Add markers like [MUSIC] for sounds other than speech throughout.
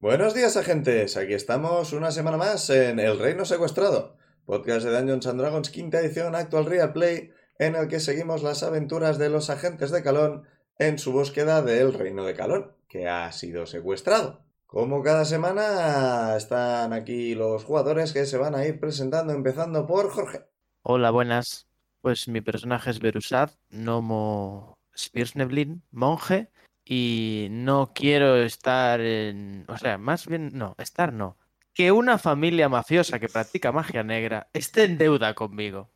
Buenos días, agentes. Aquí estamos una semana más en El Reino Secuestrado, podcast de Dungeons and Dragons, quinta edición Actual Real Play, en el que seguimos las aventuras de los agentes de Calón en su búsqueda del Reino de Calón, que ha sido secuestrado. Como cada semana, están aquí los jugadores que se van a ir presentando, empezando por Jorge. Hola, buenas. Pues mi personaje es Berusad, Nomo Spirsneblin, monje, y no quiero estar en... O sea, más bien, no, estar no. Que una familia mafiosa que practica magia negra esté en deuda conmigo.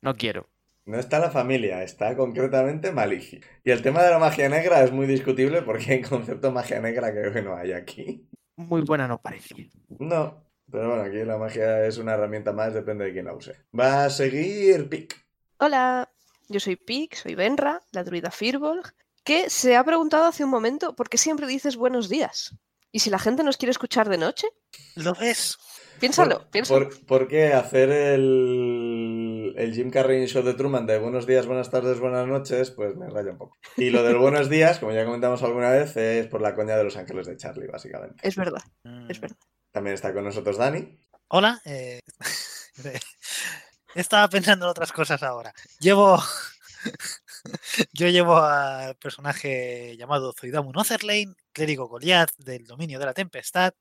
No quiero. No está la familia, está concretamente Maligi. Y el tema de la magia negra es muy discutible porque hay concepto magia negra que no hay aquí. Muy buena no parece. No, pero bueno, aquí la magia es una herramienta más, depende de quién la use. Va a seguir Pic. Hola, yo soy Pic, soy Benra, la druida Firbolg, que se ha preguntado hace un momento por qué siempre dices buenos días. ¿Y si la gente nos quiere escuchar de noche? ¿Lo ves? Piénsalo, piénsalo. ¿Por, por qué hacer el, el Jim Carrey Show de Truman de buenos días, buenas tardes, buenas noches? Pues me raya un poco. Y lo del buenos días, como ya comentamos alguna vez, es por la coña de Los Ángeles de Charlie, básicamente. Es verdad, es verdad. También está con nosotros Dani. Hola. eh, [LAUGHS] Estaba pensando en otras cosas ahora. Llevo. [LAUGHS] Yo llevo al personaje llamado Zoidamun Otherlane, clérigo Goliath del dominio de la tempestad.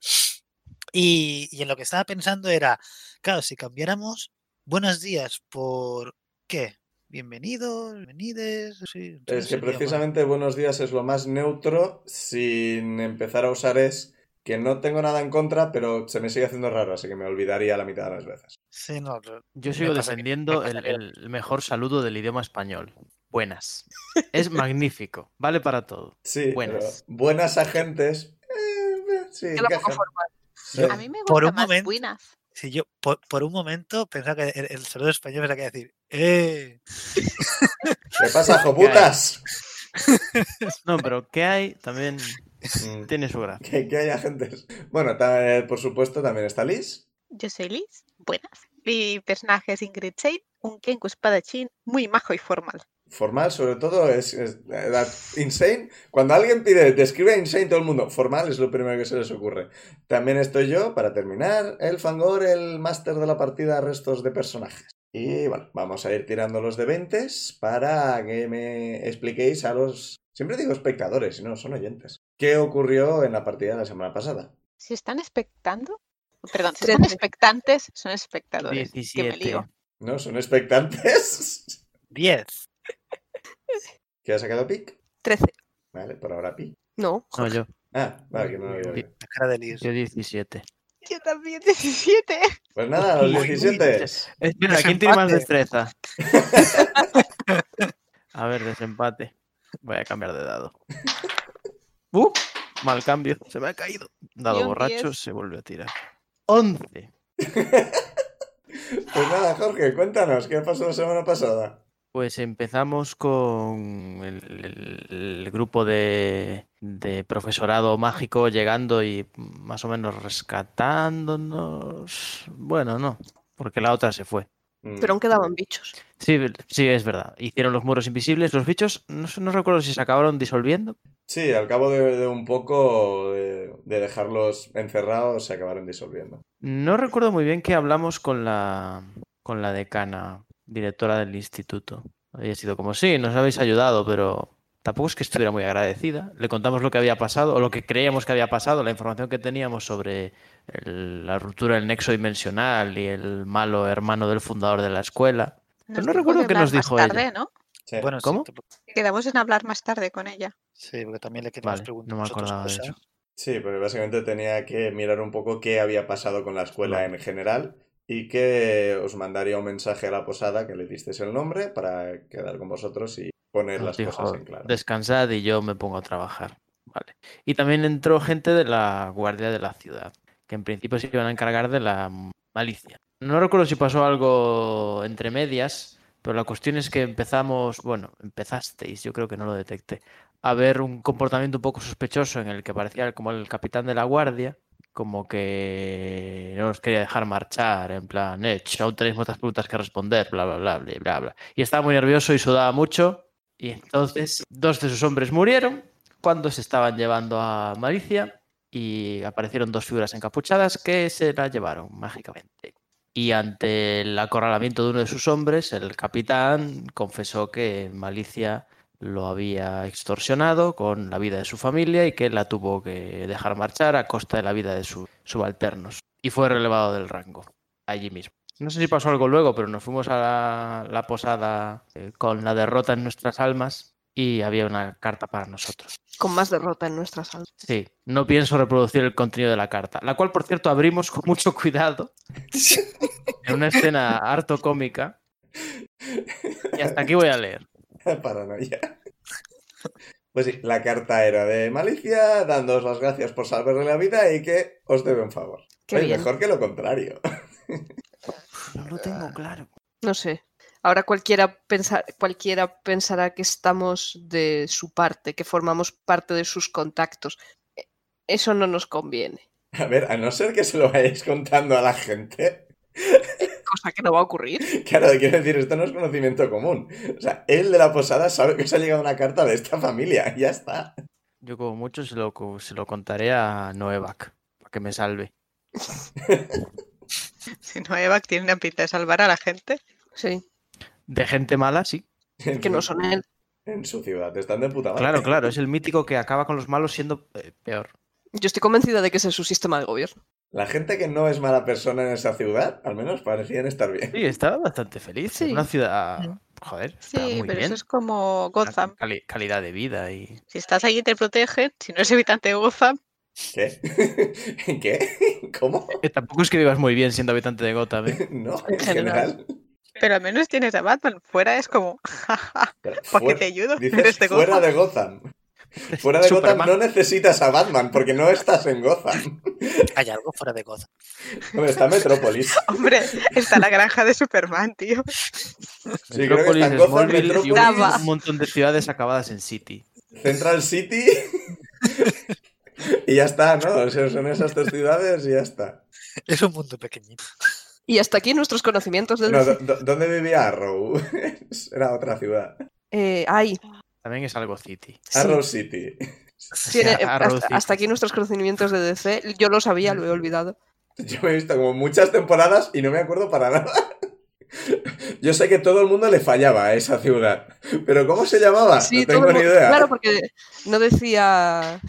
Y, y en lo que estaba pensando era, claro, si cambiáramos buenos días por qué? Bienvenidos, bienvenides. sí, entonces Es que sería, precisamente buenos días es lo más neutro sin empezar a usar es que no tengo nada en contra, pero se me sigue haciendo raro, así que me olvidaría la mitad de las veces. bueno, sí, no, Yo sigo pasa que- me defendiendo pasa el, que- el mejor saludo del idioma español. Buenas. Es magnífico. Vale para todo. Sí, Buenas. pero buenas agentes. eh, eh, sí, Yo lo pongo encaja. formal. Sí. A mí me Por gusta un más momento. buenas. si yo por, por un momento pensaba que el, el saludo español era que decir, ¡eh! ¿Qué pasa, joputas? No, pero ¿qué hay? También Mm, tiene su gracia. ¿Qué, qué hay agentes? Bueno, ta- eh, por supuesto también está Liz. Yo soy Liz, buenas. Mi personaje es Ingrid Shane, un Kenku espadachín muy majo y formal. Formal, sobre todo, es, es- eh, that- insane. Cuando alguien pide, describe a insane todo el mundo. Formal es lo primero que se les ocurre. También estoy yo, para terminar, el Fangor, el máster de la partida restos de personajes. Y bueno, vamos a ir tirando los de 20 para que me expliquéis a los. Siempre digo espectadores, y no, son oyentes. ¿Qué ocurrió en la partida de la semana pasada? Si están expectando, perdón, si Trece. están expectantes, son espectadores. Que me 17. lío. ¿No? ¿Son expectantes? [LAUGHS] 10. ¿Qué ha sacado Pic? 13. Vale, por ahora Pic. No, No, yo, Ah, vale, que no lo había oído. La cara de Liz. yo 17. Yo también, 17. Pues nada, los Uy, uy, 17. Espera, ¿quién tiene más Desempate. destreza? [LAUGHS] A ver, desempate. Voy a cambiar de dado. ¡Uh! Mal cambio. Se me ha caído. Dado Y un borracho, 10. se vuelve a tirar. 11. Pues nada, Jorge, cuéntanos, ¿qué pasó la semana pasada? Pues empezamos con el, el- el grupo de, de profesorado mágico llegando y más o menos rescatándonos. Bueno, no, porque la otra se fue. Mm, pero aún quedaban bichos. Sí, sí, es verdad. Hicieron los muros invisibles. Los bichos, no, sé- no recuerdo si se acabaron disolviendo. Sí, al cabo de, de un poco eh, de dejarlos encerrados, se acabaron disolviendo. No recuerdo muy bien que hablamos con la, con la decana, directora del instituto. Había sido como, sí, nos habéis ayudado, pero tampoco es que estuviera muy agradecida. Le contamos lo que había pasado, o lo que creíamos que había pasado, la información que teníamos sobre el- la ruptura del nexo dimensional y el malo hermano del fundador de la escuela. Pero no dijo recuerdo de qué nos hablar más dijo ella. tarde, ¿no? Sí. Bueno, sí, ¿Cómo? tampoco- Quedamos en hablar más tarde con ella. Sí, porque también le queríamos Vale, preguntar no me nosotros acordaba de cosas. eso. Sí, porque básicamente tenía que mirar un poco qué había pasado con la escuela en general y que os mandaría un mensaje a la posada que le disteis el nombre para quedar con vosotros y poner Nos las dijo, cosas en claro. descansad y yo me pongo a trabajar. Vale. Y también entró gente de la guardia de la ciudad, que en principio se iban a encargar de la malicia. No recuerdo si pasó algo entre medias, pero la cuestión es que empezamos, bueno, empezasteis, yo creo que no lo detecté, a ver un comportamiento un poco sospechoso en el que parecía como el capitán de la guardia, como que no nos quería dejar marchar, en plan, eh, ch, aún tenéis muchas preguntas que responder, bla, bla, bla, bla, bla, bla. Y estaba muy nervioso y sudaba mucho, y entonces dos de sus hombres murieron cuando se estaban llevando a Malicia y aparecieron dos figuras encapuchadas que se la llevaron mágicamente. Y ante el acorralamiento de uno de sus hombres, el capitán confesó que Malicia lo había extorsionado con la vida de su familia y que la tuvo que dejar marchar a costa de la vida de sus subalternos. Y fue relevado del rango allí mismo. No sé si pasó algo luego, pero nos fuimos a la, la posada eh, con la derrota en nuestras almas y había una carta para nosotros. Con más derrota en nuestra sala. Sí, no pienso reproducir el contenido de la carta, la cual, por cierto, abrimos con mucho cuidado en una escena harto cómica. Y hasta aquí voy a leer. [LAUGHS] Paranoia. Pues sí, la carta era de Malicia, dándoos las gracias por salvarle la vida y que os debe un favor. Qué Oye, bien. mejor que lo contrario. [LAUGHS] No lo tengo claro. No sé. Ahora cualquiera, pensa- cualquiera pensará que estamos de su parte, que formamos parte de sus contactos. E- Eso no nos conviene. A ver, a no ser que se lo vayáis contando a la gente. [LAUGHS] Cosa que no va a ocurrir. Claro, quiero decir, esto no es conocimiento común. O sea, él de la posada sabe que os ha llegado una carta de esta familia. [LAUGHS] Ya está. Yo, como mucho, se lo, co- se lo contaré a Noevac para que me salve. Si no, Eva tiene una pinta de salvar a la gente. Sí, De gente mala, sí. que no son él. En su ciudad, están de puta madre. Claro, claro, es el mítico que acaba con los malos siendo eh, peor. Yo estoy convencida de que ese es su sistema de gobierno. La gente que no es mala persona en esa ciudad, al menos parecían estar bien. Sí, estaba bastante feliz. Sí. Es una ciudad. Joder, está Mm. Sí, muy pero bien. eso es como Gotham. Cali- calidad de vida y. Si estás allí te protegen, si no eres habitante de Gotham, ¿Qué? ¿Qué? [LAUGHS] ¿Cómo? Que eh, tampoco es que vivas muy bien siendo habitante de Gotham. ¿eh? No, en En general. general. pero al menos tienes a Batman. Fuera es como, [LAUGHS] jaja, Pero ¿para qué fuera- te ayudo? dices, Eres de fuera Gotham. de Gotham. Fuera de Gotham Superman. no necesitas a Batman porque no estás en Gotham. [LAUGHS] Hay algo fuera de Gotham. Hombre, está Metrópolis. [LAUGHS] Hombre, está la granja de Superman, tío. [LAUGHS] Sí, creo que está en Metrópolis, Gotham, Smallville y Metrópolis, Daba. un montón de ciudades acabadas en City. Central City. [LAUGHS] y ya está, ¿no? O sea, son esas tres ciudades y ya está. [LAUGHS] Es un mundo pequeñito. Y hasta aquí nuestros conocimientos de... No, do- do- ¿Dónde vivía Arrow? [LAUGHS] Era otra ciudad. Eh, ay, También es algo City. sí. Arrow City. [LAUGHS] Tiene- sea, hasta- Arrow City. hasta, aquí nuestros conocimientos de DC. Yo lo sabía, lo he olvidado. Yo me he visto como muchas temporadas y no me acuerdo para nada. Yo sé que todo el mundo le fallaba a esa ciudad. Pero ¿cómo se llamaba? Sí, Ah, no tengo todo el ni mu- idea. Claro, porque no decía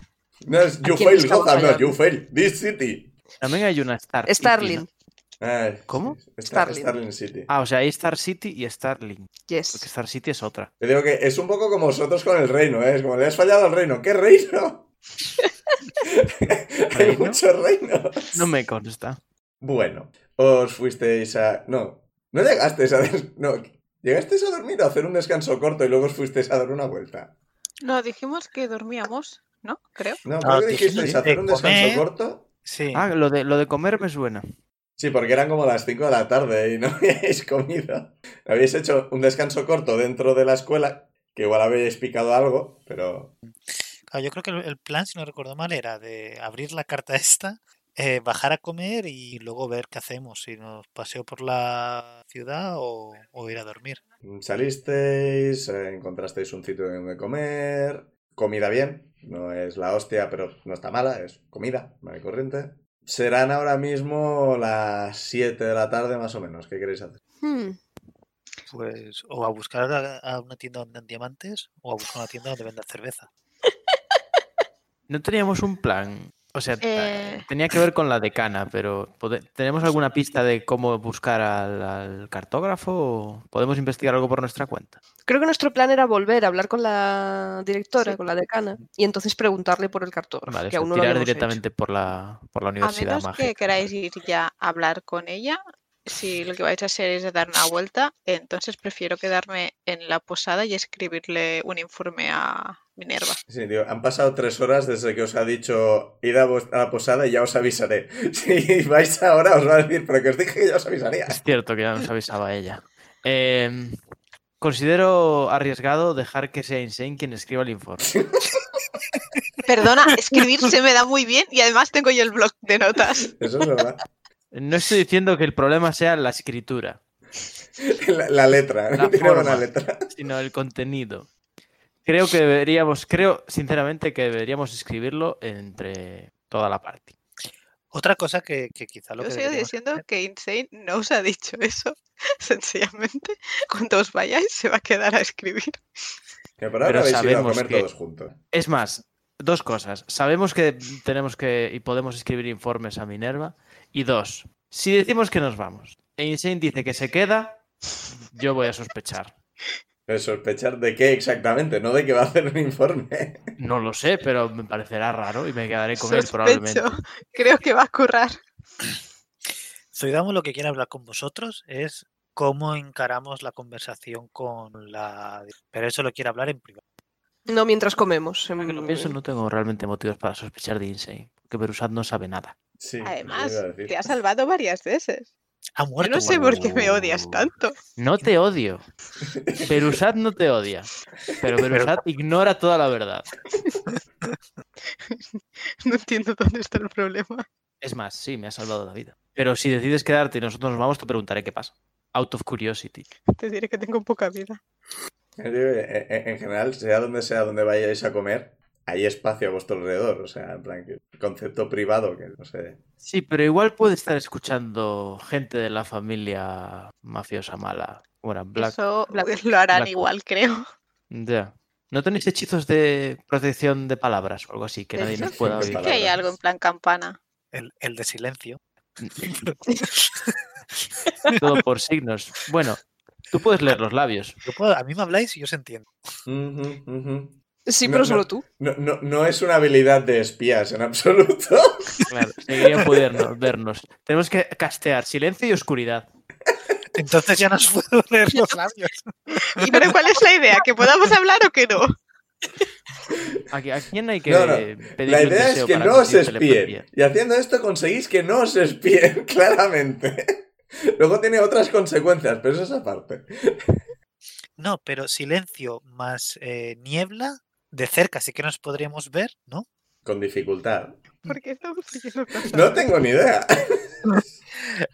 No es You ¿A quién Fail estaba Gotham, no, fallando? You Fail This City. También hay una Star City, ¿no? Starling. Ay, ¿Cómo? sí, Star- Starling. Starling City. Ah, o sea, hay Star City y Starling. Porque Yes. Star City es otra. Te digo que es un poco como vosotros con el reino, ¿eh? Es como le has fallado al reino. ¿Qué reino? [LAUGHS] Hay ¿Reino? muchos reinos. No me consta. Bueno, os fuisteis a. No, no llegasteis a. des- No, llegasteis a dormir o a hacer un descanso corto y luego os fuisteis a dar una vuelta. No, dijimos que dormíamos, ¿no? Creo. No, No, creo que dijiste dijisteis de hacer un descanso comer. corto. Sí. Ah, lo de, lo de comer me suena. Sí, porque eran como las 5 de la tarde y no [LAUGHS] habíais comido. Habéis hecho un descanso corto dentro de la escuela, que igual habéis picado algo, pero. Claro, Ah, yo creo que el, el plan, si no recuerdo mal, era de abrir la carta esta, eh, bajar a comer y luego ver qué hacemos, si nos paseo por la ciudad o, o ir a dormir. Salisteis, eh, encontrasteis un sitio donde comer, comida bien, no es la hostia, pero no está mala, es comida, vale corriente. Serán ahora mismo las 7 de la tarde más o menos, ¿qué queréis hacer? Hmm. Pues o a buscar a, a una tienda donde vendan diamantes o a buscar una tienda donde vendan cerveza. No teníamos un plan. O sea, ta- Eh. tenía que ver con la decana, pero pode- ¿tenemos alguna pista de cómo buscar al, al cartógrafo? o podemos investigar algo por nuestra cuenta? Creo que nuestro plan era volver a hablar con la directora, Sí. con la decana, y entonces preguntarle por el cartógrafo, Vale, que o sea, aún no lo tirar habíamos hecho. directamente por la, por la A universidad menos mágica. que queráis ir ya a hablar con ella, si lo que vais a hacer es dar una vuelta, entonces prefiero quedarme en la posada y escribirle un informe a Minerva. Sí, tío, han pasado tres horas desde que os ha dicho id a, vos- a la posada y ya os avisaré. [LAUGHS] Si vais ahora os va a decir, pero que os dije que ya os avisaría. [LAUGHS] Es cierto que ya nos avisaba ella. Eh, considero arriesgado dejar que sea Insane quien escriba el informe. Perdona, escribir se me da muy bien y además tengo yo el blog de notas. Eso es verdad. No estoy diciendo que el problema sea la escritura, La, la letra, La no [LAUGHS] tiene buena forma. letra. sino el contenido. Creo que deberíamos, creo sinceramente que deberíamos escribirlo entre toda la parte. Otra cosa que, que quizá lo Yo que sigo deberíamos diciendo hacer- que Insane no os ha dicho eso. [LAUGHS] Sencillamente, cuando os vayáis se va a quedar a escribir. Que por ahora Pero habéis ido a sabemos comer que- todos juntos. Es más, dos cosas. Sabemos que tenemos que y podemos escribir informes a Minerva. Y dos, si decimos que nos vamos e Insane dice que se queda, yo voy a sospechar. Pero sospechar de qué exactamente, no de que va a hacer un informe. No lo sé, pero me parecerá raro y me quedaré con él probablemente. Sospecho. Creo que va a currar. Zuidamu lo que quiere hablar con vosotros es cómo encaramos la conversación con la... Pero eso lo quiere hablar en privado. No mientras comemos. Ahora Ah, que lo en- pienso, no tengo realmente motivos para sospechar de Insane, porque Berusat no sabe nada. Sí, Además, eso iba a decir. te ha salvado varias veces. Ha Yo muerto. no sé Guadalupe. por qué me odias tanto. [LAUGHS] No te odio. Berusat no te odia, pero Berusat ignora toda la verdad. No entiendo dónde está el problema. Es más, sí, me ha salvado la vida. Pero si decides quedarte y nosotros nos vamos, te preguntaré qué pasa. Out of curiosity. Te diré que tengo poca vida. Yo digo que, eh, eh, En general, sea donde sea donde vayáis a comer, hay espacio a vuestro alrededor. O sea, en plan, que concepto privado, que no sé. Sí, pero igual puede estar escuchando gente de la familia mafiosa mala. Bueno, Black. Eso Black- [LAUGHS] lo harán Black- igual, creo. Ya. ¿No tenéis hechizos de protección de palabras o algo así que nadie nos Hechizos pueda de oír? Que hay Palabras. algo en plan campana. El, el de silencio. Todo por signos. Bueno, tú puedes leer los labios. Yo puedo- a mí me habláis y yo os [LAUGHS] entiendo. Ujú, ujú. Sí, No, pero no. solo tú. No, no, no es una habilidad de espías en absoluto. [LAUGHS] Claro, seguirían pudiendo vernos. Tenemos que castear silencio y oscuridad. Entonces ya no os [LAUGHS] puedo leer los labios. Pero ¿cuál es la idea? ¿Que podamos hablar o que no? [LAUGHS] ¿A, qui- a quién hay que No, no. pedir La un idea es deseo que para no os conseguir espíen. telepatía? Y haciendo esto conseguís que no os espíen, [LAUGHS] claramente. Luego tiene otras consecuencias, pero eso es aparte. No, pero silencio más eh, niebla de cerca, sí que nos podríamos ver, ¿no? Con dificultad. ¿Por qué estamos siguiendo No tengo ni idea.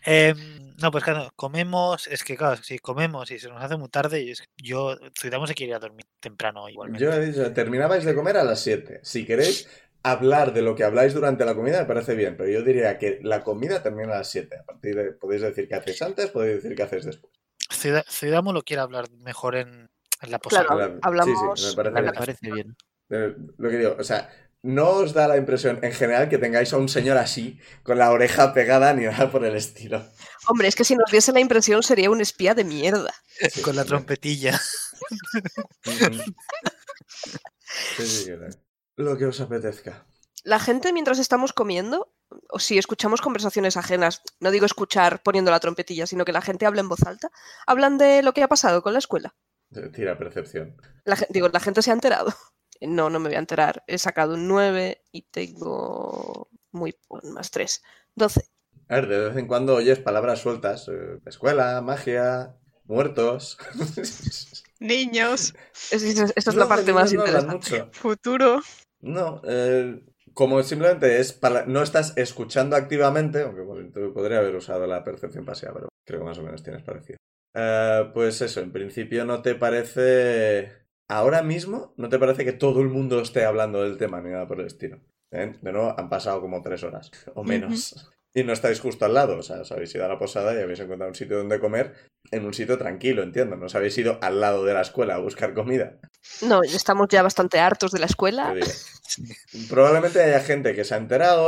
Em, no, pues claro, comemos, es que claro, si comemos y se nos hace muy tarde, y es que yo, Zuidamu se quiere ir a dormir temprano igualmente. Yo he dicho, terminabais de comer a las 7. Si queréis hablar de lo que habláis durante la comida, me parece bien, pero yo diría que la comida termina a las 7. A partir de, podéis decir qué hacéis antes, podéis decir qué hacéis después. Zuida- Zuidamu lo quiere hablar mejor en, en la posada. Claro, Hablar- Pues, sí, sí, hablamos- me parece Me bien. parece bien. Eh, Lo que digo, o sea, no os da la impresión en general que tengáis a un señor así, con la oreja pegada ni nada por el estilo. Hombre, es que si nos diese la impresión sería un espía de mierda. Sí, Con la sí, trompetilla. [LAUGHS] Ujú. Sí, sí, sí, sí. Lo que os apetezca. La gente mientras estamos comiendo, o si escuchamos conversaciones ajenas, no digo escuchar poniendo la trompetilla, sino que la gente habla en voz alta, hablan de lo que ha pasado con la escuela. Eh, Tira percepción. La, gen- digo, la gente se ha enterado. [LAUGHS] No, no me voy a enterar. He sacado un 9 y tengo muy po- más 3. 12. A ver, de vez en cuando oyes palabras sueltas. eh, escuela, magia, muertos. [LAUGHS] Niños, Es- es- Esta es No, la parte de más niños no hablan interesante. mucho. futuro. No, eh, como simplemente es para, no estás escuchando activamente, aunque bueno, tú podría haber usado la percepción pasiva, pero creo que más o menos tienes parecido. Eh, pues eso, en principio no te parece. Ahora mismo no te parece que todo el mundo esté hablando del tema ni nada por el estilo. ¿eh? De nuevo, han pasado como tres horas o menos. Y no estáis justo al lado, o sea, os habéis ido a la posada y habéis encontrado un sitio donde comer en un sitio tranquilo, entiendo. No os habéis ido al lado de la escuela a buscar comida. No, estamos ya bastante hartos de la [LAUGHS] Te escuela. digo. Probablemente haya gente que se ha enterado,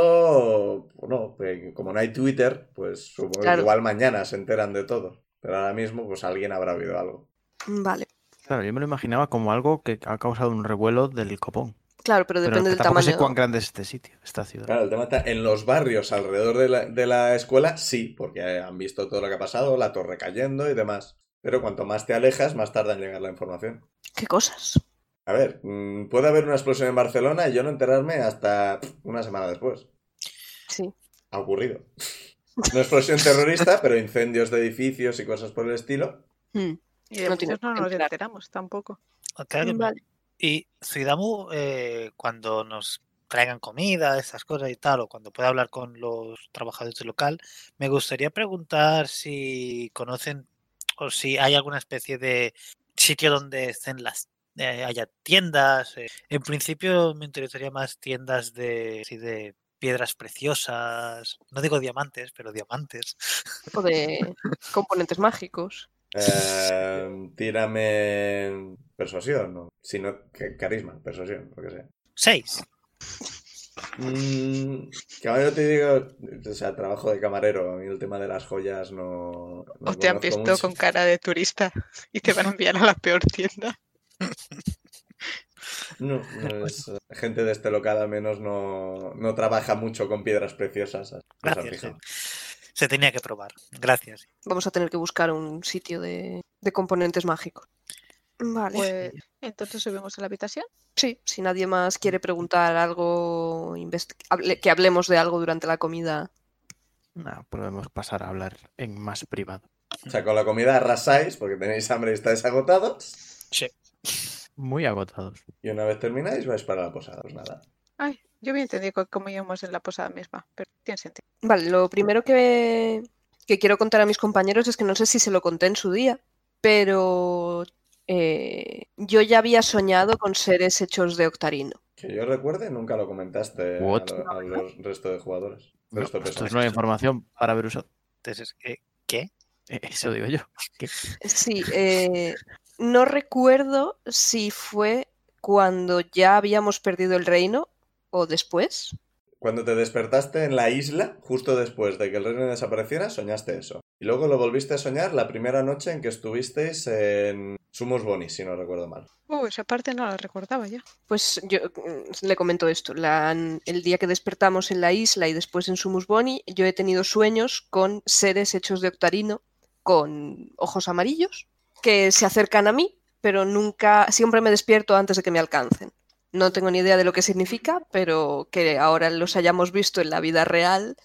o no, que como no hay Twitter, pues supongo Claro. que igual mañana se enteran de todo. Pero ahora mismo, pues alguien habrá oído algo. Vale. Claro, yo me lo imaginaba como algo que ha causado un revuelo del copón. Claro, pero Pero depende que del tampoco tamaño. sé cuán grande es este sitio, esta ciudad. Claro, el tema está en los barrios alrededor de la, de la escuela, sí, porque han visto todo lo que ha pasado, la torre cayendo y demás. Pero cuanto más te alejas, más tarda en llegar la información. ¿Qué cosas? A ver, mm, puede haber una explosión en Barcelona y yo no enterarme hasta pff, una semana después. Sí. Ha ocurrido. [LAUGHS] No explosión terrorista, pero incendios de edificios y cosas por el estilo. Mm. Y de No muchos tiene no nos sentido. enteramos tampoco. Claro que- Vale. Y Zuidamu, eh, cuando nos traigan comida, esas cosas y tal, o cuando pueda hablar con los trabajadores del local, me gustaría preguntar si conocen o si hay alguna especie de sitio donde estén las eh, haya tiendas. eh. En principio me interesaría más tiendas de, así de piedras preciosas, no digo diamantes, pero diamantes. O [LAUGHS] de componentes mágicos. Eh, tírame persuasión, ¿no? Si no, que- carisma, persuasión, lo que sea. Seis. Mm, camarero te digo, o sea, trabajo de camarero. A mí el tema de las joyas no. no O te han conozco visto mucho. con cara de turista [LAUGHS] y te van a enviar a la peor tienda. No, no es- gente de este local al menos no, no trabaja mucho con piedras preciosas. os han Gracias. fijado. eh. Se tenía que probar. Gracias. Vamos a tener que buscar un sitio de, de componentes mágicos. Vale. Pues entonces subimos a la habitación. Sí, si nadie más quiere preguntar algo, investi- hable- que hablemos de algo durante la comida. Nah, podemos pasar a hablar en más privado. O sea, con la comida arrasáis porque tenéis hambre y estáis agotados. Muy agotados. Y una vez termináis, vais para la posada. Pues nada. Ay, yo bien entendí que comíamos en la posada misma, pero tiene sentido. Vale, lo primero que, que quiero contar a mis compañeros es que no sé si se lo conté en su día, pero eh, yo ya había soñado con seres hechos de octarino. Que yo recuerde, nunca lo comentaste a, What? lo- a los resto de jugadores. No, Resto de esto es personas. nueva información para haber usado. Entonces, eh, Eh, Eso digo yo. ¿Qué? Sí, eh, [LAUGHS] no recuerdo si fue cuando ya habíamos perdido el reino o después. Cuando te despertaste en la isla, justo después de que el reino desapareciera, soñaste eso. Y luego lo volviste a soñar la primera noche en que estuvisteis en Sumos Boni, si no recuerdo mal. Uh, esa parte no la recordaba yo. Pues yo mm, le comento esto. la- el día que despertamos en la isla y después en Sumus Boni, yo he tenido sueños con seres hechos de octarino con ojos amarillos que se acercan a mí, pero nunca, siempre me despierto antes de que me alcancen. No tengo ni idea de lo que significa, pero que ahora los hayamos visto en la vida real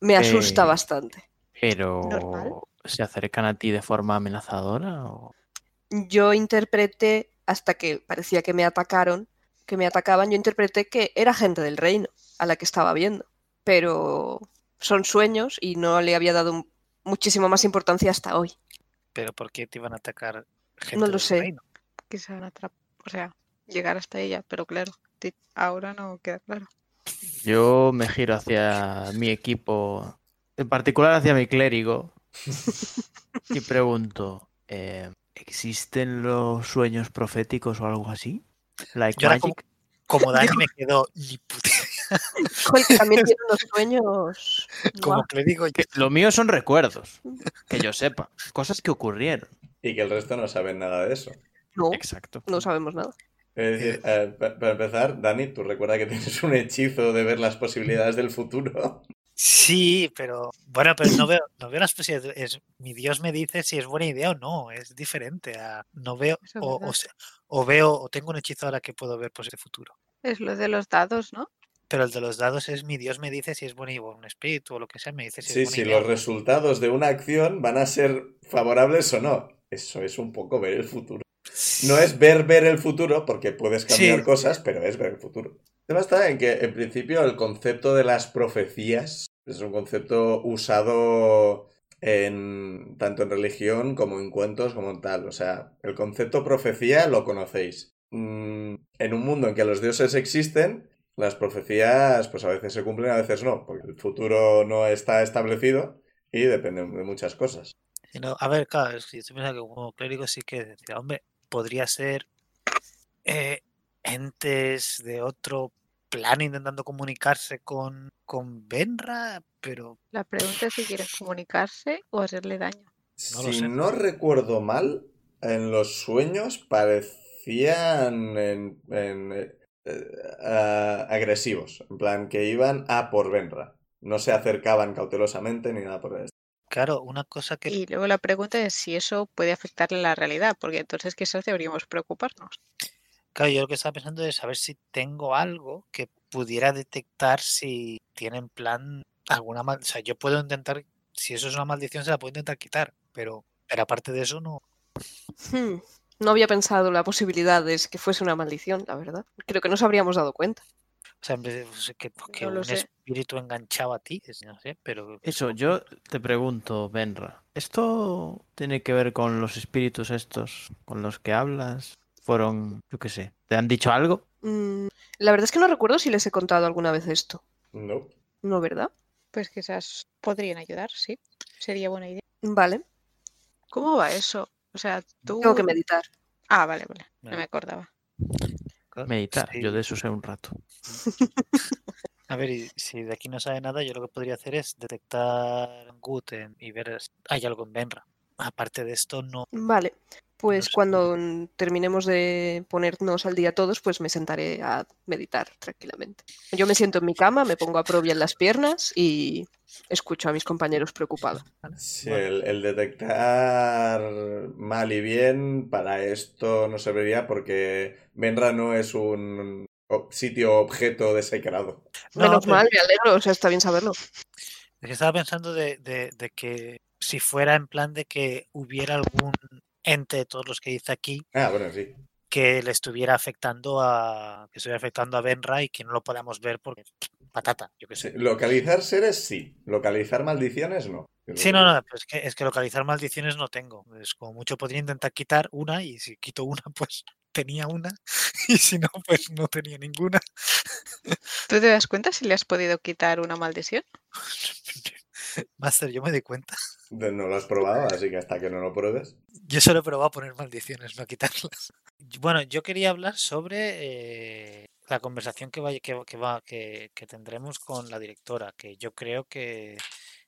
me asusta Eh, bastante. Pero Normal. se acercan a ti de forma amenazadora o Yo interpreté, hasta que parecía que me atacaron, que me atacaban, yo interpreté que era gente del reino a la que estaba viendo. Pero son sueños y no le había dado mu- muchísimo más importancia hasta hoy. pero ¿por qué te iban a atacar gente? lo del sé. reino? Quizá la atrap- o sea, llegar hasta ella, pero claro, ti- ahora no queda claro. yo me giro hacia mi equipo, en particular hacia mi [LAUGHS] clérigo y pregunto, eh, ¿existen los sueños proféticos o algo así? Like Yo era como- magic. Como Dani me quedó ni puta Joder, que también tiene unos sueños. [LAUGHS] Como Guau. que le digo yo. Que lo mío son recuerdos, que yo sepa, cosas que ocurrieron. Y que el resto no saben nada de eso. No, Exacto. no sabemos nada. Es decir, eh, pa- para empezar, Dani, tú recuerda que tienes un hechizo de ver las posibilidades del futuro. Sí, pero bueno, pero no veo, no veo las posibilidades. Es, mi Dios me dice si es buena idea o no. Es diferente a no veo Eso es o, verdad. o se- o veo o tengo un hechizo ahora que puedo ver pues el futuro. Es lo de los dados, ¿no? Pero el de los dados es mi Dios me dice si es buena idea o un espíritu o lo que sea me dice si Sí, es buena si idea. los resultados de una acción van a ser favorables o no. Eso es un poco ver el futuro. No es ver ver el futuro, porque puedes cambiar Sí. cosas, pero es ver el futuro. El tema está en que, en principio, el concepto de las profecías es un concepto usado en tanto en religión como en cuentos como en tal. O sea, el concepto profecía lo conocéis. Mm, en un mundo en que los dioses existen, las profecías pues a veces se cumplen, a veces no, porque el futuro no está establecido y depende de muchas cosas. Y no- a ver, claro, es que yo pienso que como clérigo sí que decía, hombre, podría ser eh, entes de otro plano intentando comunicarse con, con Benra, pero La pregunta es si quieren comunicarse o hacerle daño. No lo si sé. no recuerdo mal, en los sueños parecían en, en- eh, ah, agresivos, en plan que iban a por Benra. No se acercaban cautelosamente ni nada por el Claro, una cosa que Y luego la pregunta es si eso puede afectarle la realidad, porque entonces quizás deberíamos preocuparnos. Claro, yo lo que estaba pensando es saber si tengo algo que pudiera detectar si tiene en plan alguna maldición. O sea, yo puedo intentar, si eso es una maldición, se la puedo intentar quitar, pero, pero aparte de eso, no. Hmm, No había pensado la posibilidad de que fuese una maldición, la verdad. Creo que nos habríamos dado cuenta. O sea, en vez de pues, que, pues, que No lo un sé. espíritu enganchado a ti, es- no sé, pero. Eso, yo te pregunto, Benra, ¿esto tiene que ver con los espíritus estos con los que hablas? ¿Fueron, yo qué sé, te han dicho algo? Mm, la verdad es que no recuerdo si les he contado alguna vez esto. No. ¿No, verdad? Pues quizás podrían ayudar, sí. Sería buena idea. Vale, ¿Cómo va eso? O sea, tú... tengo que meditar. Ah, vale, vale. No Vale. me acordaba. claro, Meditar, sí. yo de eso sé un rato. A ver, y si de aquí no sabe nada, yo lo que podría hacer es detectar Guten y ver si hay algo en Benra. Aparte de esto, no. Vale, pues sé. cuando pues mm, terminemos de ponernos al día todos, pues me sentaré a meditar tranquilamente. Yo me siento en mi cama, me pongo a probia en las piernas y escucho a mis compañeros preocupados. Sí, Bueno. el, el detectar mal y bien para esto no serviría porque Benra no es un o- sitio objeto desecrado. No, Menos pero- mal, me alegro, o sea, está bien saberlo. Es que estaba pensando de, de- de que si fuera en plan de que hubiera algún ente de todos los que dice aquí Ah, bueno, sí. que le estuviera afectando a que estuviera afectando a Benra y que no lo podamos ver porque patata, yo qué Sí, sé. Localizar seres sí, localizar maldiciones no. Sí, no, Eh, no, pero es que, es que localizar maldiciones no tengo. Es como mucho podría intentar quitar una y si quito una, [LAUGHS] pues tenía una [LAUGHS] y si no, pues no tenía ninguna. ¿Tú te das cuenta si le has podido quitar una maldición? Master, yo me doy cuenta. De- No lo has probado, así que hasta que no lo pruebes. Yo solo he probado a poner maldiciones, no a quitarlas. [LAUGHS] Y Bueno, yo quería hablar sobre eh, la conversación que vaya, que, va- que va, que, que tendremos con la directora, que yo creo que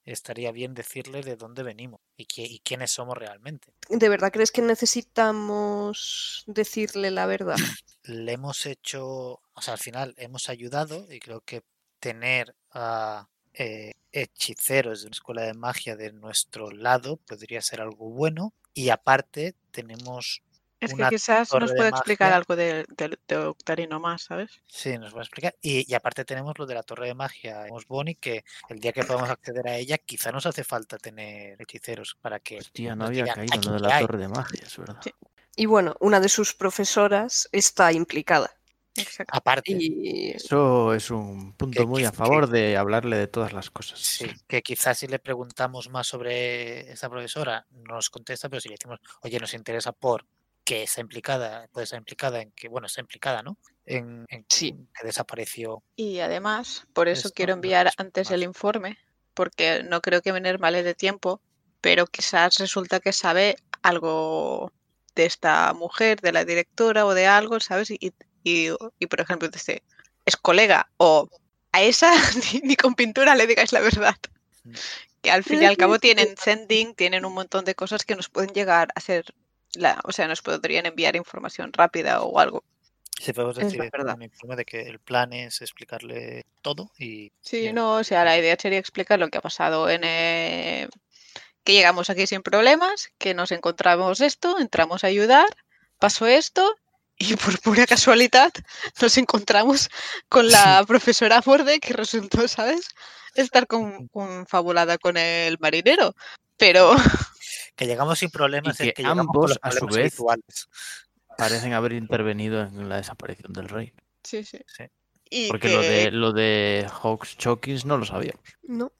estaría bien decirle de dónde venimos y, qui- y quiénes somos realmente. ¿De verdad crees que necesitamos decirle la verdad? Le hemos hecho, o sea, al final hemos ayudado y creo que tener a eh, hechiceros de una escuela de magia de nuestro lado podría ser algo bueno. Y aparte tenemos Es que Una quizás torre nos de puede explicar magia. algo del del de Octarino más, ¿sabes? Sí, nos va a explicar. Y, y aparte tenemos lo de la torre de magia. Tenemos Bonnie que el día que podamos acceder a ella, quizá nos hace falta tener hechiceros para que Pues Hostia, no nos había digan, caído en "Aquí lo de qué la hay". torre de magia, es verdad. Sí. Y bueno, una de sus profesoras está implicada. Exacto. Aparte, Y Eso es un punto muy que- a que- favor de hablarle de todas las cosas. sí, [LAUGHS] que quizás si le preguntamos más sobre esa profesora, no nos contesta, pero si le decimos, oye, nos interesa por que está implicada, puede estar implicada en que, bueno, está implicada, ¿no? En, en Sí. que desapareció. Y además, por eso Esto quiero no enviar es antes normal. el informe, porque no creo que venir mal de tiempo, pero quizás resulta que sabe algo de esta mujer, de la directora o de algo, ¿sabes? Y, y, y, por ejemplo, dice, es colega o a esa [LAUGHS] ni, ni con pintura le digáis la verdad. Mm. Que al fin y al cabo tienen sending, tienen un montón de cosas que nos pueden llegar a hacer, la, o sea, nos podrían enviar información rápida o algo. Si podemos Es decir en verdad. un informe de que el plan es explicarle todo y Sí, Bien, no, o sea, la vale. idea sería explicar lo que ha pasado en... eh, que llegamos aquí sin problemas, que nos encontramos esto, entramos a ayudar, pasó esto [LAUGHS] y por pura casualidad nos encontramos con la profesora Borde que resultó, ¿sabes? Estar con, confabulada con el marinero. Pero que llegamos sin problemas es que que llegamos con ambos, los a su problemas vez, habituales. Parecen haber intervenido en la desaparición del rey. sí, [LAUGHS] sí. Sí. Y Porque lo que- de lo de Hawks Chokins no lo sabíamos. no.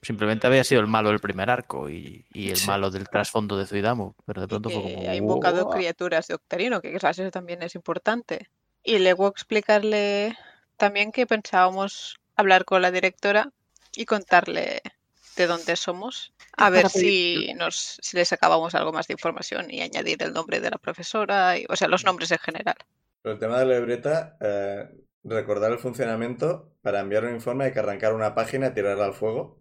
Simplemente había sido el malo del primer arco y, y el Sí. malo del trasfondo de Zuidamu. Pero de y pronto fue que como. ha invocado "Wow". criaturas de Octarino, que quizás eso también es importante. Y luego explicarle también que pensábamos hablar con la directora y contarle de dónde somos, a ver Para pedir- si nos si le sacábamos algo más de información y añadir el nombre de la profesora, y- o sea, los nombres en general. Pero el tema de la libreta, eh, recordar el funcionamiento para enviar un informe hay que arrancar una página, tirarla al fuego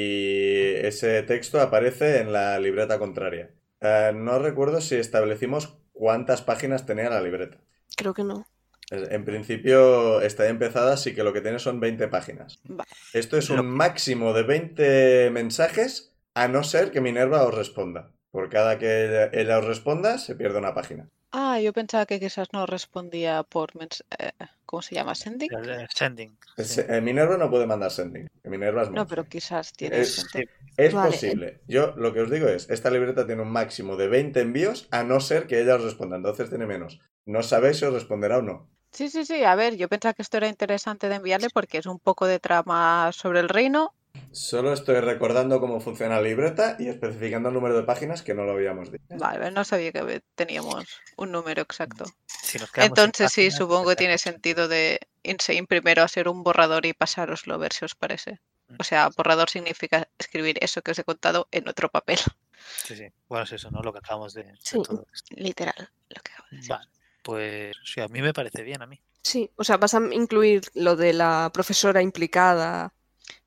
y ese texto aparece en la libreta contraria. Eh, no recuerdo si establecimos cuántas páginas tenía la libreta. Creo que no. En principio está empezada, así que lo que tiene son 20 páginas. Va. Esto es Lo- un máximo de 20 mensajes, a no ser que Minerva os responda. Por cada que ella- ella os responda, se pierde una página. Ah, yo pensaba que quizás no respondía por... mens- eh, ¿Cómo se llama? ¿Sending? El, el sending. Es- Sí. eh, Minerva no puede mandar sending. Minerva es No, monja. pero eh. quizás tiene... Es- sending. Es Vale. posible. Yo lo que os digo es, esta libreta tiene un máximo de 20 envíos, a no ser que ella os responda. Entonces tiene menos. No sabéis si os responderá o no. Sí, sí, sí. A ver, yo pensaba que esto era interesante de enviarle porque es un poco de trama sobre el reino. Solo estoy recordando cómo funciona la libreta y especificando el número de páginas que no lo habíamos dicho. Vale, no sabía que ve- teníamos un número exacto. Si nos Mm, quedamos sin Entonces sí, páginas, supongo que pues, tiene sentido de Insane primero hacer un borrador y pasároslo a ver si os parece. Mm. O sea, borrador significa escribir eso que os he contado en otro papel. [LAUGHS] Sí, sí. Bueno, es eso, ¿no? Lo que acabamos de, de Sí. todo esto. Literal, lo que acabo de decir. Vale. Pues sí, a mí me parece bien, a mí. Sí, o sea, vas a incluir lo de la profesora implicada.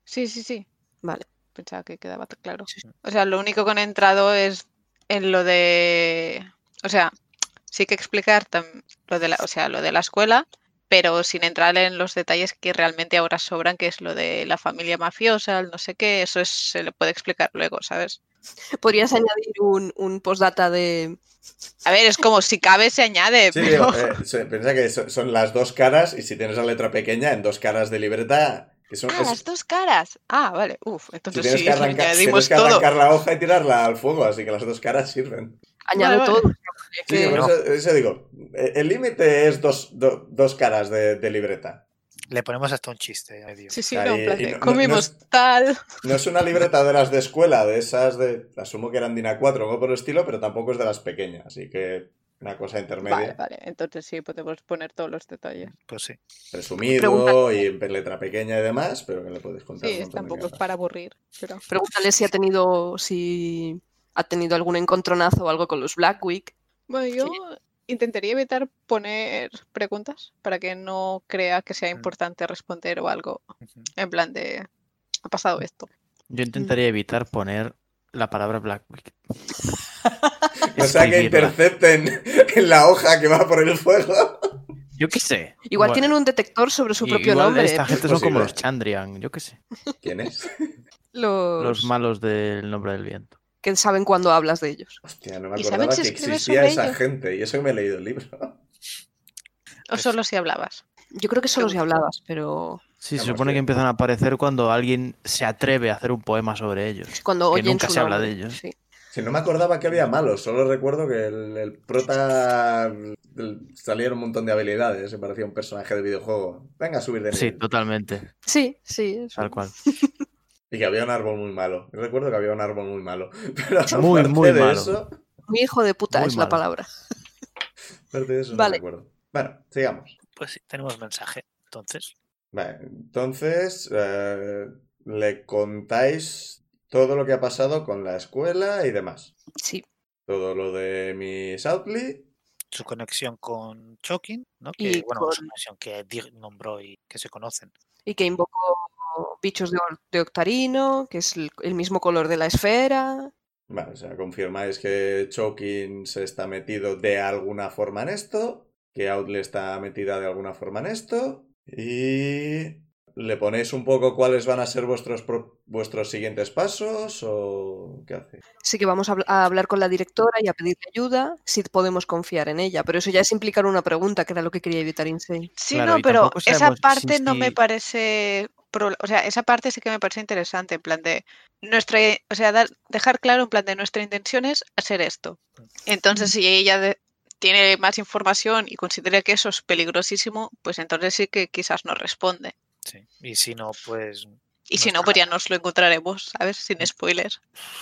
Sí, sí, sí. Vale. Pensaba que quedaba t- claro. Sí, sí. O sea, lo único que no he entrado es en lo de. O sea, sí que explicar tam- lo de la, o sea, lo de la escuela, pero sin entrar en los detalles que realmente ahora sobran, que es lo de la familia mafiosa, el no sé qué, eso es- se le puede explicar luego, ¿sabes? Podrías añadir un, un postdata de... A ver, es como si cabe se añade, Sí, pero. digo, eh, so- piensa que so- son las dos caras y si tienes la letra pequeña en dos caras de libreta, que son- Ah, es- las dos caras. Ah, vale. Uf, si entonces tienes, sí, que arrancar, añadimos tienes que todo. arrancar la hoja y tirarla al fuego, así que las dos caras sirven. Añado Vale, vale. todo. Sí, que- por no. eso, eso digo, eh, el límite es dos, do- dos caras de, de libreta. Le ponemos hasta un chiste a medio. Sí, sí, Ahí, no, en plan y de, no- no- no comimos es- tal. No es una libreta de las de escuela, de esas de, asumo que eran DINA 4 o algo por el estilo, pero tampoco es de las pequeñas, así que una cosa intermedia. Vale, vale. Entonces sí, podemos poner todos los detalles. Pues sí. Resumido Pregunta- y en letra pequeña y demás, pero que le podéis contar un Sí, montón de tampoco es cosas. para aburrir. Pero... Pregúntale si ha tenido, si ha tenido algún encontronazo o algo con los Blackwick. Bueno, yo intentaría evitar poner preguntas para que no crea que sea Mm. importante responder o algo. Ujú. En plan de, ha Mm. pasado esto. Yo intentaría evitar poner la palabra [LAUGHS] Blackwick. O sea que Escribirla. intercepten [LAUGHS] en la hoja que va por el fuego. Yo qué sé. Igual Bueno, tienen un detector sobre su i- propio igual nombre. Esta ¿eh? gente son como Posible. los Chandrian, yo qué sé. ¿Quién es? [LAUGHS] Los, Los malos del nombre del viento. que saben cuando hablas de ellos. Hostia, no me ¿Y saben acordaba si que escribe existía sobre esa ello? gente. Y eso que me he leído el libro. O Pues- solo si hablabas. Yo creo que solo si hablabas, pero Sí, se Digamos supone que- que empiezan a aparecer cuando alguien se atreve a hacer un poema sobre ellos. cuando Que oyen nunca su se habla nombre, de ellos. sí. Si no me acordaba que había malos, solo recuerdo que el, el prota el- salieron un montón de habilidades. Se parecía a un personaje de videojuego. Venga a subir de Sí, nivel. totalmente, Sí, sí, eso. tal cual. y que había un árbol muy malo. Recuerdo que había un árbol muy malo. [LAUGHS] Pero Muy, aparte muy de malo. Eso, Muy hijo de puta Muy es mal. la palabra. aparte de eso no Vale. recuerdo. Bueno, sigamos. Pues sí, tenemos mensaje. Entonces, Vale, entonces eh, le contáis todo lo que ha pasado con la escuela y demás. Sí, Todo lo de Miss Outley. su conexión con Chokin, ¿no? Que, Y bueno, su con- conexión que Dig nombró y que se conocen. y que invocó bichos de, or- de octarino, que es el, el mismo color de la esfera. Vale, o sea, confirmáis que Chokin se está metido de alguna forma en esto, que Outley está metida de alguna forma en esto, y le ponéis un poco cuáles van a ser vuestros, pro- vuestros siguientes pasos o qué hacéis. Así que vamos a, habl- a hablar con la directora y a pedirle ayuda si podemos confiar en ella. Pero eso ya es implicar una pregunta, que era lo que quería evitar Insane. Sí, Claro, no, y pero tampoco esa sabemos si- parte no me si- parece... proble- O sea, esa parte sí que me parece interesante, en plan de nuestra, o sea, dar- dejar claro en plan de nuestra intención es hacer esto. Mm, Entonces, si ella de- tiene más información y considera que eso es peligrosísimo, pues entonces sí que quizás no responde. Sí. Y si no, pues Y si Nuestra no, pues ya nos lo encontraremos, ¿sabes? Mm. Sin spoilers.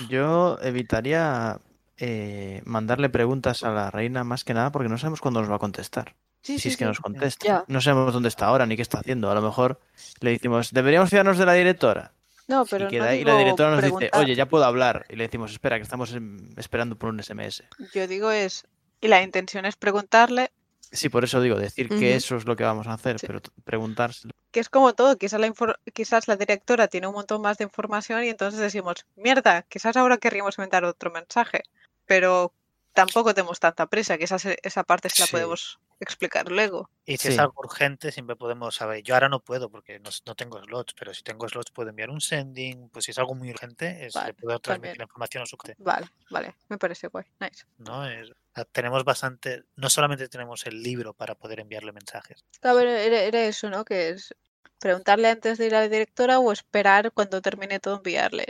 Yo evitaría eh, mandarle preguntas a la reina más que nada porque no sabemos cuándo nos va a contestar. Sí, si es que nos contesta. Ya. No sabemos dónde está ahora ni qué está haciendo. A lo mejor le decimos, deberíamos fiarnos de la directora. No, pero y, queda no ahí, la digo directora nos preguntar. dice, oye, ya puedo hablar. Y le decimos, espera, que estamos em, esperando por un SMS. Yo digo es... Y la intención es preguntarle, Sí, por eso digo, decir Ujú. que eso es lo que vamos a hacer, Sí. pero t- preguntárselo. que es como todo, quizás la, infor- quizás la directora tiene un montón más de información y entonces decimos, mierda, quizás ahora querríamos inventar otro mensaje, pero tampoco tenemos tanta prisa, quizás e- esa parte se la Sí. podemos explicar luego. Y si Sí. es algo urgente, siempre podemos saber. Yo ahora no puedo porque no, no tengo slots, pero si tengo slots puedo enviar un sending. Pues si es algo muy urgente, es, Vale, le puedo transmitir también. la información a su cliente. Vale, vale, me parece guay. Nice. ¿no? Es- a- tenemos bastante. No solamente tenemos el libro para poder enviarle mensajes. A ver, era, era eso, ¿no? Que es preguntarle antes de ir a la directora o esperar cuando termine todo enviarle.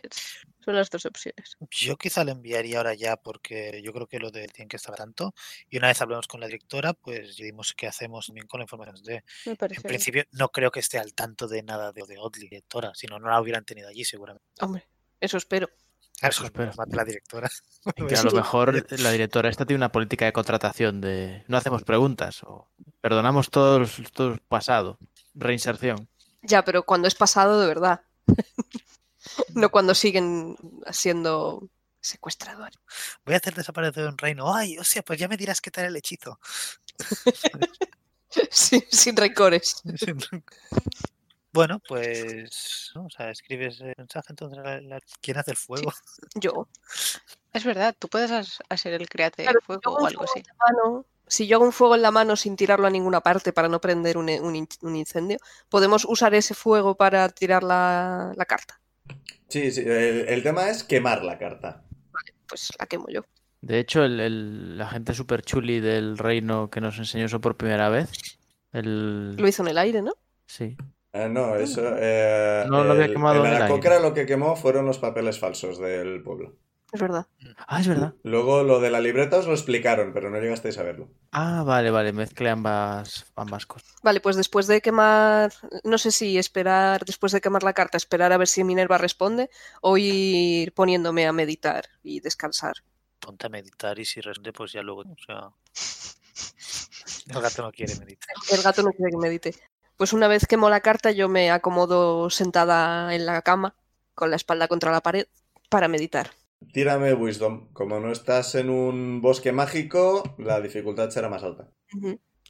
Son las dos opciones. Yo quizá le enviaría ahora ya porque yo creo que lo de tienen que estar al tanto. Y una vez hablamos con la directora, pues vimos qué hacemos también con la información de. Me En parece. bien. principio, no creo que esté al tanto de nada de, de Otley, directora, si no, no la hubieran tenido allí seguramente. Hombre, eso espero. Claro, Ah, Eso cuando espero. nos mate la directora. [LAUGHS] Y que a Sí. lo mejor la directora esta tiene una política de contratación de no hacemos preguntas o perdonamos todos todo pasado, reinserción. Ya, pero cuando es pasado de [LAUGHS] verdad. no cuando siguen siendo secuestradores. [LAUGHS] Voy a hacer desaparecer un reino. Ay, o sea, pues ya me dirás qué tal el hechizo. [LAUGHS] sin, sin rencores. bueno, pues, ¿no? o sea, escribes el mensaje, entonces la- la- ¿quién hace el fuego? Yo. Es verdad, tú puedes has- hacer el create Claro, fuego yo hago o un algo fuego así. de mano, si yo hago un fuego en la mano sin tirarlo a ninguna parte para no prender un, un in- un incendio, podemos usar ese fuego para tirar la, la carta. Sí, sí, el, el tema es quemar la carta. Pues la quemo yo. De hecho, el, el- la gente super chuli del reino que nos enseñó eso por primera vez, el... Lo hizo en el aire, ¿no? Sí, Eh, no, eso. eh, Ah. No lo había el- quemado en en el Aracocra lo que quemó fueron los papeles falsos del pueblo. Es verdad. Ah, es verdad. Luego lo de la libreta os lo explicaron, pero no llegasteis a verlo. Ah, vale, vale, mezclé ambas, ambas cosas. Vale, pues después de quemar, no sé si esperar, después de quemar la carta, esperar a ver si Minerva responde o ir poniéndome a meditar y descansar. Ponte a meditar y si responde, pues ya luego, o [LAUGHS] sea... El gato no quiere meditar. El gato no quiere que medite. Pues una vez quemo la carta, yo me acomodo sentada en la cama, con la espalda contra la pared, para meditar. Tírame Wisdom. Como no estás en un bosque mágico, la dificultad será más alta.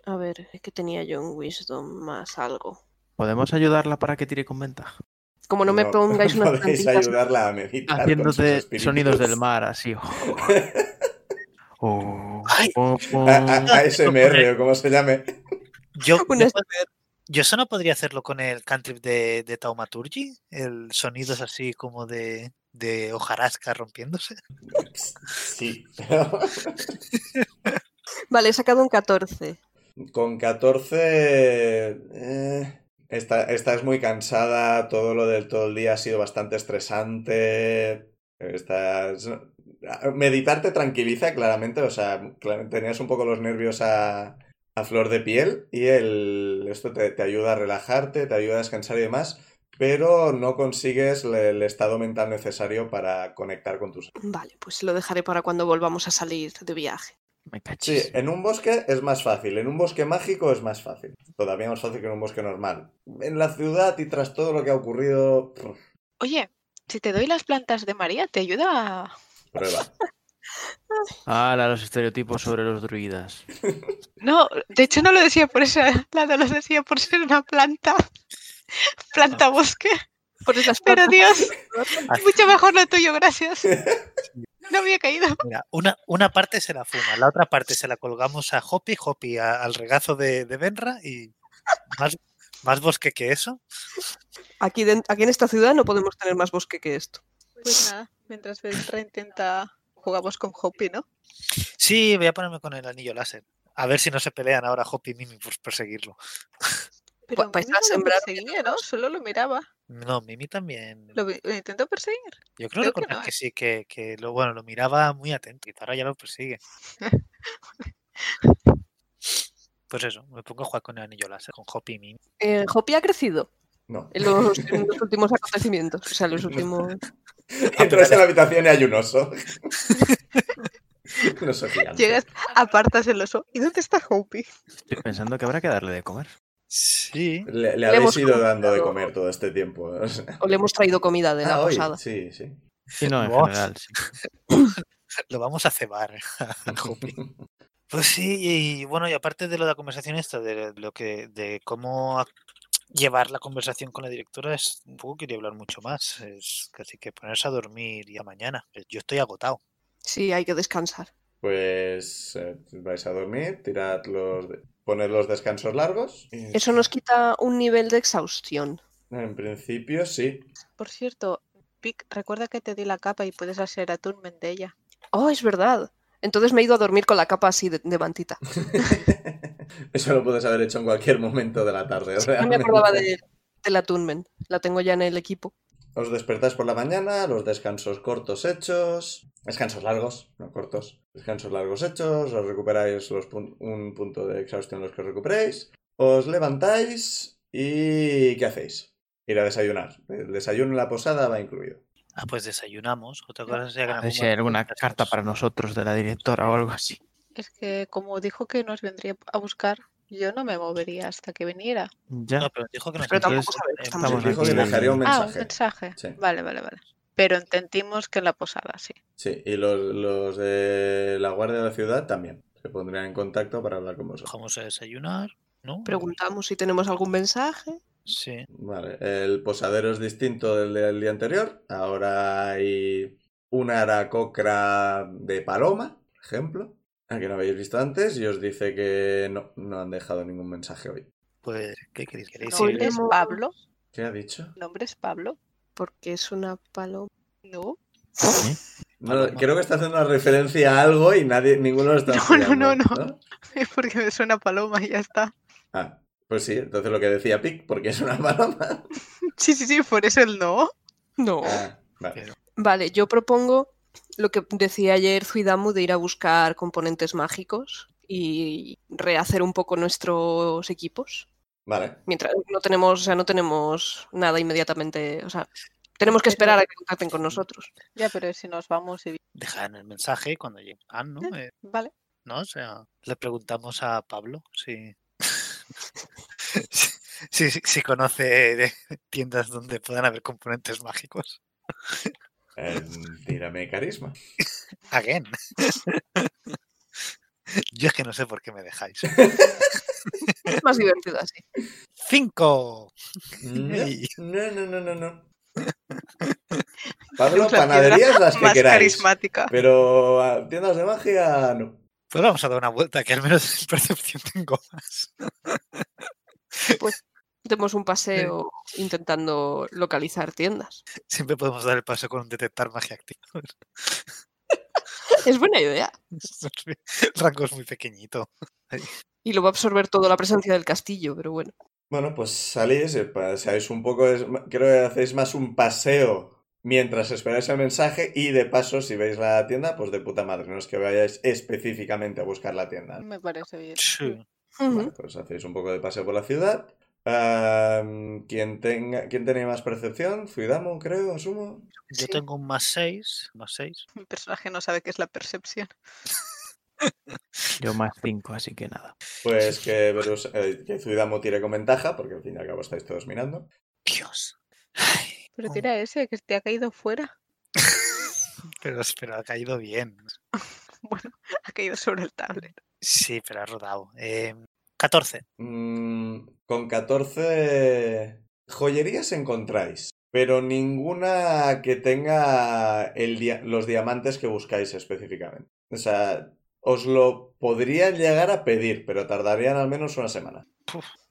A ver, ¿qué tenía yo en Wisdom más algo? ¿Podemos ayudarla para que tire con ventaja? [LAUGHS] Como no me pongáis unas Podéis plantitas- ayudarla a meditar. con sus Haciéndote espíritus. sonidos del mar, así. Oh, Ay. oh, [LAUGHS] oh. A, a- [LAUGHS] ASMR o como se llame. [LAUGHS] Yo, yo Unas- pod- yo eso no podría hacerlo con el cantrip de, de Taumaturgy, el sonidos así como de, de hojarasca rompiéndose. [LAUGHS] Sí. pero- Vale, he sacado un 14. Con 14. eh, esta- estás muy cansada. Todo lo del todo el día ha sido bastante estresante. Estás. Meditar te tranquiliza, claramente. O sea, cla- tenías un poco los nervios a, a flor de piel. Y el, esto te, te ayuda a relajarte, te ayuda a descansar y demás. Pero no consigues le- el estado mental necesario para conectar con tus Vale, pues lo dejaré para cuando volvamos a salir de viaje. Me Sí, cachis. en un bosque es más fácil, en un bosque mágico es más fácil, todavía más fácil que en un bosque normal. En la ciudad y tras todo lo que ha ocurrido, pff, Oye, si te doy las plantas de María, ¿te ayuda? a- prueba. Ahora los estereotipos sobre los druidas. No, de hecho no lo decía por [LAUGHS] ese lado, lo decía por ser una planta. [LAUGHS] Planta bosque. Por esas Pero Dios, Ah. [LAUGHS] mucho mejor lo tuyo, gracias. No había caído. Mira, una, una parte se la fuma, la otra parte se la colgamos a Hoppy, Hoppy a- al regazo de, de Benra y más, más bosque que eso. Aquí, den- aquí en esta ciudad no podemos tener más bosque que esto. Pues nada, mientras Beltra intenta, jugamos con Hopi, ¿no? Sí, voy a ponerme con el anillo láser. A ver si no se pelean ahora Hoppy y Mimi por perseguirlo. Pero Pues Mimi a no lo sembrar perseguía, ¿no? Solo lo miraba. No, Mimi también. Lo, vi- lo intentó perseguir. Yo creo, creo que recordar que, no, ¿eh? sí, que, que lo, bueno, lo miraba muy atento y ahora ya lo [LAUGHS] persigue. Pues eso, me pongo a jugar con el anillo láser, con Hoppy y Mimi. Eh, Hopi ha crecido [LAUGHS] No. en los, en los últimos acontecimientos. O sea, los últimos. Entras en la habitación y hay un oso. [LAUGHS] No oso gigante. Llegas, apartas el oso. ¿Y dónde está Hopi? Estoy pensando que habrá que darle de comer. Sí. Le, le hemos habéis ido dando de comprado- comer todo este tiempo. [LAUGHS] o sea. O le hemos traído comida de la Ah, hoy, posada. Sí, [LAUGHS] sí. Sí, no, en Vos. general, sí. [LAUGHS] Lo vamos a cebar. [LAUGHS] Ah, [LAUGHS] Pues sí, y bueno, y aparte de lo de la conversación esta, de lo que, de cómo ac- llevar la conversación con la directora, es, tampoco quería hablar mucho más. Es casi que ponerse a dormir y a mañana. Eh, pues Yo estoy agotado. Sí, hay que descansar. Pues eh, vais a dormir, tirad los... de- Poned los descansos largos. y- Eso nos quita un nivel de exhaustión. En principio, sí. Por cierto, Pic, recuerda que te di la capa y puedes hacer attunement de ella. Oh, es verdad. Entonces me he ido a dormir con la capa así de, [LAUGHS] de mantita. Eso lo puedes haber hecho en cualquier momento de la tarde. Sí, no me realmente. acordaba de, del attunement. La tengo ya en el equipo. Os despertáis por la mañana, los descansos cortos hechos. Descansos largos, no cortos. Descansos largos hechos, os recuperáis los pun- un punto de exhaustión los que os recuperéis. Os levantáis y... ¿qué hacéis? Ir a desayunar. El desayuno en la posada va incluido. Ah, pues desayunamos. Otra cosa sería que en A algún ver si hay momento alguna nos carta casamos. para nosotros de la directora o algo así. Es que como dijo que nos vendría a buscar, yo no me movería hasta que viniera. Ya. No, pero dijo que nos Pero tampoco entonces- sabemos, estamos Estamos Sí, dijo que aquí. dejaría un Ah, un mensaje. mensaje. Sí. Vale, vale, vale. Pero entendimos que en la posada, sí. Sí, y los, los de la guardia de la ciudad también. Se pondrían en contacto para hablar con vosotros. Dejamos a desayunar, ¿no? Preguntamos si tenemos algún mensaje. Sí. Vale, el posadero es distinto del del día anterior. Ahora hay una aracocra de paloma, por ejemplo, a que no habéis visto antes, y os dice que no, no han dejado ningún mensaje hoy. Pues, ¿qué queréis? ¿Queréis sí. ¿Nombre ir? es Pablo? ¿Qué ha dicho? ¿Nombre es Pablo? Porque es una paloma. No. [LAUGHS] ¿eh? No, creo que está haciendo una referencia a algo y nadie, ninguno lo está [LAUGHS] No, no, estudiando, no, no. Porque me suena a paloma y ya está. [LAUGHS] Ah, pues sí, entonces lo que decía Pic, porque es una paloma. Sí, sí, sí, por eso el no. Oh, No. Ah, vale. Vale, yo propongo lo que decía ayer Zuidamu de ir a buscar componentes mágicos y rehacer un poco nuestros equipos. Vale. Mientras no tenemos, o sea, no tenemos nada inmediatamente. O sea, tenemos que esperar a que contacten con nosotros. Ya, pero si nos vamos y... Dejan el mensaje cuando lleguen. Ah, ¿no? Eh, Vale. ¿no? O sea, le preguntamos a Pablo si, [LAUGHS] si, si- si conoce de tiendas donde puedan haber componentes mágicos. Eh, tírame carisma. Again. [LAUGHS] Yo es que no sé por qué me dejáis. Es más divertido así. ¡Cinco! No, Ey. no, no, no, no, [LAUGHS] no. Pablo, Es la panaderías piedra las que más queráis. carismática. Pero ah, tiendas de magia, no. Pues vamos a dar una vuelta, que al menos en percepción tengo más. Demos un paseo intentando localizar tiendas. Siempre podemos dar el paso con detectar magia activa. [LAUGHS] Es buena idea. El [LAUGHS] rango es muy pequeñito. Y lo va a absorber toda la presencia del castillo, pero bueno. Bueno, pues salís, eh, paseáis un poco, es- creo que hacéis más un paseo mientras esperáis el mensaje y de paso, si veis la tienda, pues de puta madre, no es que vayáis específicamente a buscar la tienda. Me parece bien. Sí. Ujú. Vale, pues hacéis un poco de paseo por la ciudad. Am, ¿quién, tenga, ¿Quién tenía más percepción? Zuidamu, creo, asumo. Yo Sí. tengo un más seis, más seis. Mi personaje no sabe qué es la percepción. Yo más cinco, así que nada. Pues que, Bruce- eh, que Zuidamu tire con ventaja, porque al fin y al cabo estáis todos mirando. Dios. Ay, Pero Oh. un- tira ese, que te ha caído fuera. Pero, pero ha caído bien. Bueno, [LAUGHS] ha caído sobre el tablet. Sí, pero ha rodado. Eh, 14. Mm, con 14 joyerías encontráis, pero ninguna que tenga el dia- los diamantes que buscáis específicamente. O sea, os lo podrían llegar a pedir, pero tardarían al menos una semana.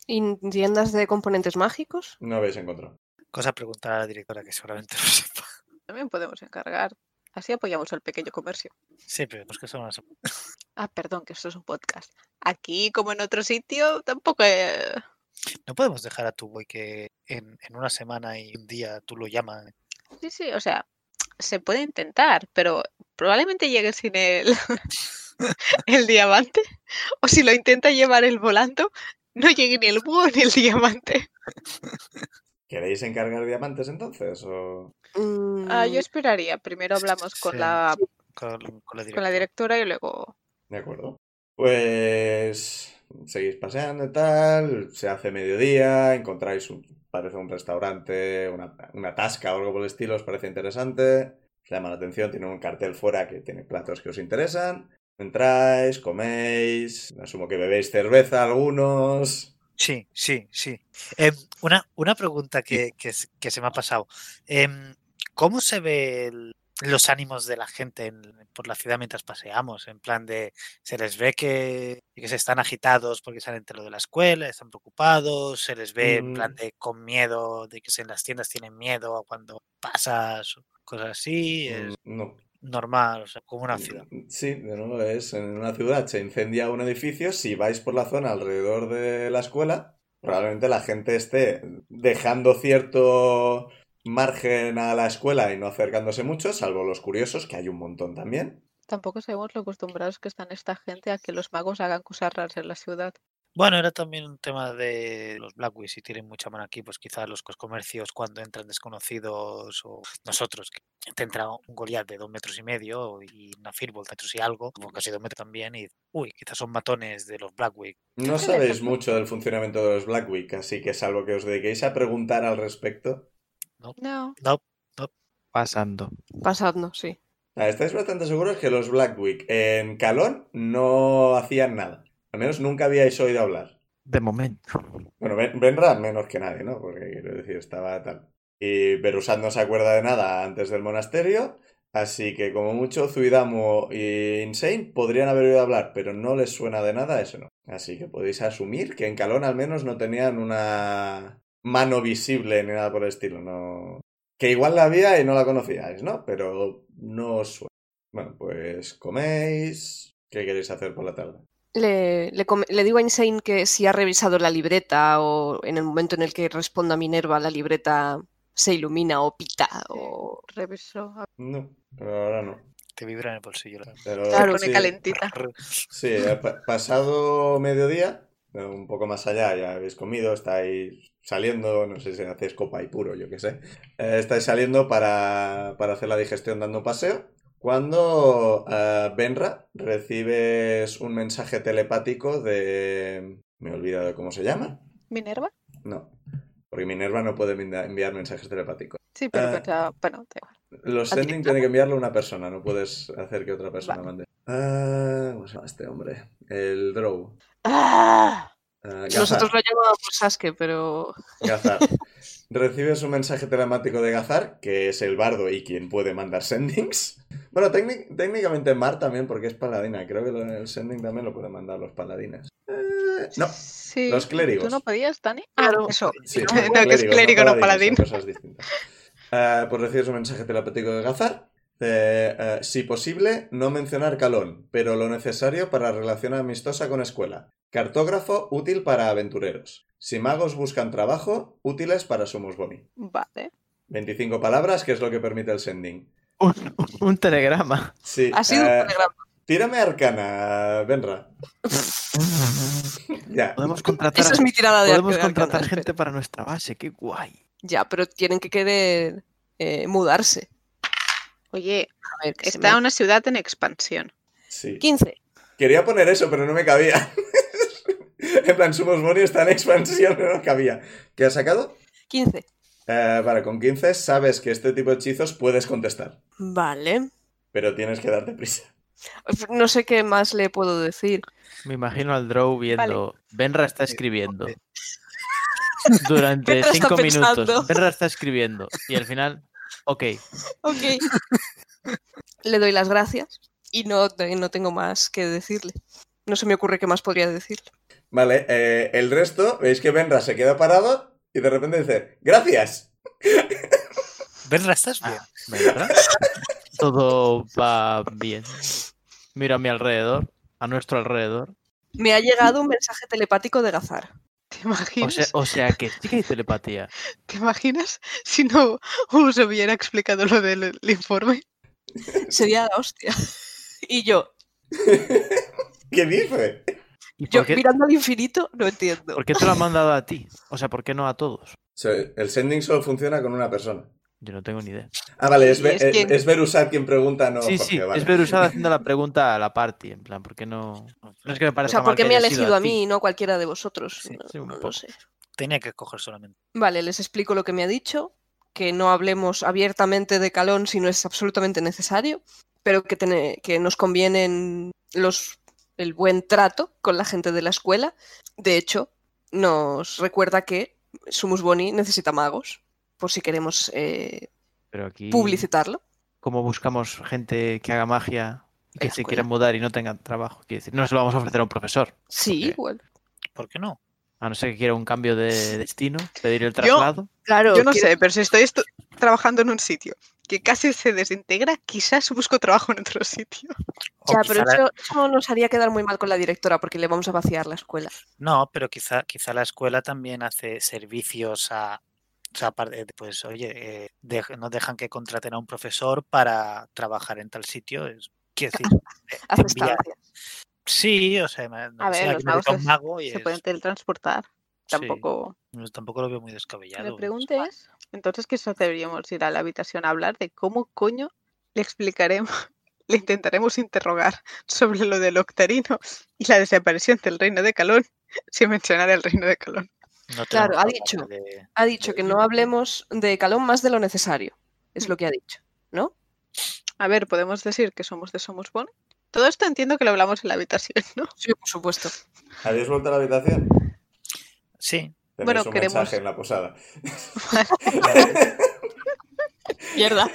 ¿Y tiendas de componentes mágicos? No habéis encontrado. Cosa preguntar a la directora que seguramente [LAUGHS] lo sepa. También podemos encargar. Así apoyamos al pequeño comercio. Sí, pero es que son unas- Ah, perdón, que esto es un podcast. Aquí, como en otro sitio, tampoco... eh, No podemos dejar a tu boy que en, en una semana y un día tú lo llamas. eh, Sí, sí, o sea, se puede intentar, pero probablemente llegue sin [LAUGHS] el, el diamante. O si lo intenta llevar el volando, no llegue ni el búho ni el diamante. ¿Queréis encargar diamantes entonces? O... Ah, yo Mm, esperaría. Primero hablamos con Sí. la, Con, con la directora. con la directora y luego... De acuerdo. Pues seguís paseando y tal, se hace mediodía, encontráis un, parece un restaurante, una, una tasca o algo por el estilo, os parece interesante, os llama la atención, tiene un cartel fuera que tiene platos que os interesan, entráis, coméis, asumo que bebéis cerveza algunos. Sí, sí, sí. Em, una, una pregunta que, que, se- que se me ha pasado. Em, ¿Cómo se ve el, los ánimos de la gente en- por la ciudad mientras paseamos, en plan de se les ve que, que se están agitados porque salen de lo de la escuela, están preocupados, se les ve en plan Mm. de con miedo, de que se- en las tiendas tienen miedo a cuando pasas, o cosas así, Mm. es No. normal, o sea, como Mm. una ciudad. Sí, de nuevo es en una ciudad se incendia un edificio. Si vais por la zona alrededor de la escuela, probablemente la gente esté dejando cierto margen a la escuela y no acercándose mucho, salvo los curiosos, que hay un montón también. Tampoco sabemos lo acostumbrados que están esta gente a que los magos hagan cosas raras en la ciudad. Bueno, era también un tema de los Blackwings, si tienen mucha mano aquí, pues quizás los cos- comercios cuando entran desconocidos o nosotros, que te entra un Goliath de dos metros y medio y una Firbolg de metros y algo, o casi dos metros también, y uy, quizás son matones de los Blackwing. No sabéis mucho del funcionamiento de los Black Week, así que salvo que os dediquéis a preguntar al respecto. No. Pasando. Pasadnos, sí. Ah, Estáis bastante seguros que los Black Week en Calón no hacían nada. Al menos nunca habíais oído hablar. De momento. [LAUGHS] Bueno, Ben- Benra menos que nadie, ¿no? Porque quiero decir, estaba tal. Y Berusat no se acuerda de nada antes del monasterio, así que como mucho Zuidamo y Insane podrían haber oído hablar, pero no les suena de nada eso, ¿no? Así que podéis asumir que en Calón al menos no tenían una mano visible ni nada por el estilo, ¿no? Que igual la había y no la conocíais, ¿no? Pero no os suena. Bueno, pues coméis. ¿Qué queréis hacer por la tarde? Le, le com- le digo a Insane que si ha revisado la libreta o en el momento en el que responda Minerva, la libreta se ilumina o pita. O... Revisó. a- No, pero ahora no. Te vibra en el bolsillo. la- Pero Pues Se Claro, pone sí. [LAUGHS] calentita. Sí, eh, pa- pasado mediodía, eh, un poco más allá, ya habéis comido, estáis saliendo, no sé si hacéis copa y puro, yo qué sé. Eh, estáis saliendo para, para hacer la digestión dando paseo. Cuando eh, Benra recibes un mensaje telepático de... Me he olvidado de cómo se llama. ¿Minerva? No, porque Minerva no puede manda- enviar mensajes telepáticos. Sí, pero Ah. pensaba- bueno, da igual. Los ¿A ti te sending tiene que enviarlo una persona, no puedes hacer que otra persona Vale. mande. Ah, ¿Cómo se llama este hombre? El Drow. ¡Ah! Ah, Gazar. Nosotros lo llamábamos Sasuke, pero [LAUGHS] Gazar. Recibes un mensaje telemático de Gazar, que es el bardo y quien puede mandar sendings. Bueno, técnic- técnicamente Mar también, porque es paladina. Creo que lo- el sending también lo pueden mandar los paladines. Eh, no, Sí, los clérigos. ¿Tú no podías, Dani? Claro. Ah, eso. Sí, [LAUGHS] no, que es clérigos, clérigo, no paladín. paladines, son cosas distintas. Eh, pues recibes un mensaje telepático de Gazar. de, eh, si posible, no mencionar calón, pero lo necesario para relación amistosa con escuela. Cartógrafo útil para aventureros. Si magos buscan trabajo, útiles para Somos Boni. Vale. 25 palabras, que es lo que permite el sending. Un, [LAUGHS] un telegrama. Sí. ha sido un eh, telegrama. Tírame arcana, Benra. Ya. Podemos contratar, Esa es mi tirada de podemos arco de arcana, contratar espera. gente para nuestra base. Qué guay. Ya, pero tienen que querer eh, mudarse. Oye, A ver, que se está me- una ciudad en expansión. Sí. 15. Quería poner eso, pero no me cabía. [LAUGHS] en plan, Somos Boni está en expansión, no cabía. ¿Qué has sacado? 15. Eh, vale, con 15 sabes que este tipo de hechizos puedes contestar, Vale. pero tienes que darte prisa. [LAUGHS] No sé qué más le puedo decir. Me imagino al Drow viendo. Benra está escribiendo. [LAUGHS] joder. [LAUGHS] Durante Benra está cinco pensando. minutos. Benra está escribiendo. Y al final. Ok. Ok. le doy las gracias y no, te- no tengo más que decirle. No se me ocurre qué más podría decirle. Vale, eh, el resto, veis que Benra se queda parado y de repente dice, gracias. Benra, ¿estás Ah. bien? ¿Benra? Todo va bien. Miro a mi alrededor. A nuestro alrededor. Me ha llegado un mensaje telepático de Gazar. ¿Te O imaginas? sea, o sea que sí que hay telepatía. ¿Te imaginas si no os hubiera explicado lo del el informe? Sería la hostia. Y yo, ¿Qué dice? ¿Y yo por qué, mirando al infinito, no entiendo. por qué te lo han mandado a ti? O sea, ¿por qué no a todos? So, El sending solo funciona con una persona. Yo no tengo ni idea. Ah, vale, es, Y Be- es quien- es Berusat quien pregunta, no sí, Jorge, sí, vale. es Berusada haciendo la pregunta a la party, en plan, ¿por qué no? No es que me O parezca sea, ¿por mal qué que me ha haya sido elegido a ti. mí y no a cualquiera de vosotros? Sí, No- sí, un no lo poco. sé. Tenía que coger solamente. Vale, les explico lo que me ha dicho, que no hablemos abiertamente de Calón si no es absolutamente necesario, pero que, tene- que nos convienen los, el buen trato con la gente de la escuela. De hecho, nos recuerda que Sumus Boni necesita magos, por si queremos eh, Pero aquí publicitarlo. cómo buscamos gente que haga magia y que En la se escuela. quiera mudar y no tengan trabajo. Quiero decir, no se lo vamos a ofrecer a un profesor, Sí, Ok. igual. ¿Por qué no? a no ser que quiera un cambio de destino, pedir el traslado. Claro, Yo no quiero- sé, pero si estoy estu- trabajando en un sitio que casi se desintegra, quizás busco trabajo en otro sitio. O Ya, quizá pero la- eso, eso nos haría quedar muy mal con la directora porque le vamos a vaciar la escuela. No, pero quizá, quizá la escuela también hace servicios a... O sea, apar- eh, pues oye, eh, dej- no dejan que contraten a un profesor para trabajar en tal sitio. es- Quiero decir, [LAUGHS] eh, Hace envía- estancia. Sí, o sea, ima- no A sé, ver, aquí los me toca magos un mago y Se es- pueden teletransportar. sí, Tampoco. no- tampoco lo veo muy descabellado. La no sé. pregunta es, entonces quizás deberíamos ir a la habitación a hablar de cómo coño le explicaremos, [LAUGHS] le intentaremos interrogar sobre lo del octarino y la desaparición del reino de Calón, [LAUGHS] sin mencionar el reino de Calón. No Claro, tenemos ha la dicho. parte de- Ha dicho que no hablemos de Calón más de lo necesario. Es Mm. lo que ha dicho, ¿no? A ver, podemos decir que somos de Somos Bonnie. Todo esto entiendo que lo hablamos en la habitación, ¿no? Sí, por supuesto. ¿Habéis vuelto a la habitación? [LAUGHS] Sí, Tenéis Bueno, un queremos- mensaje en la posada. eh, Mierda.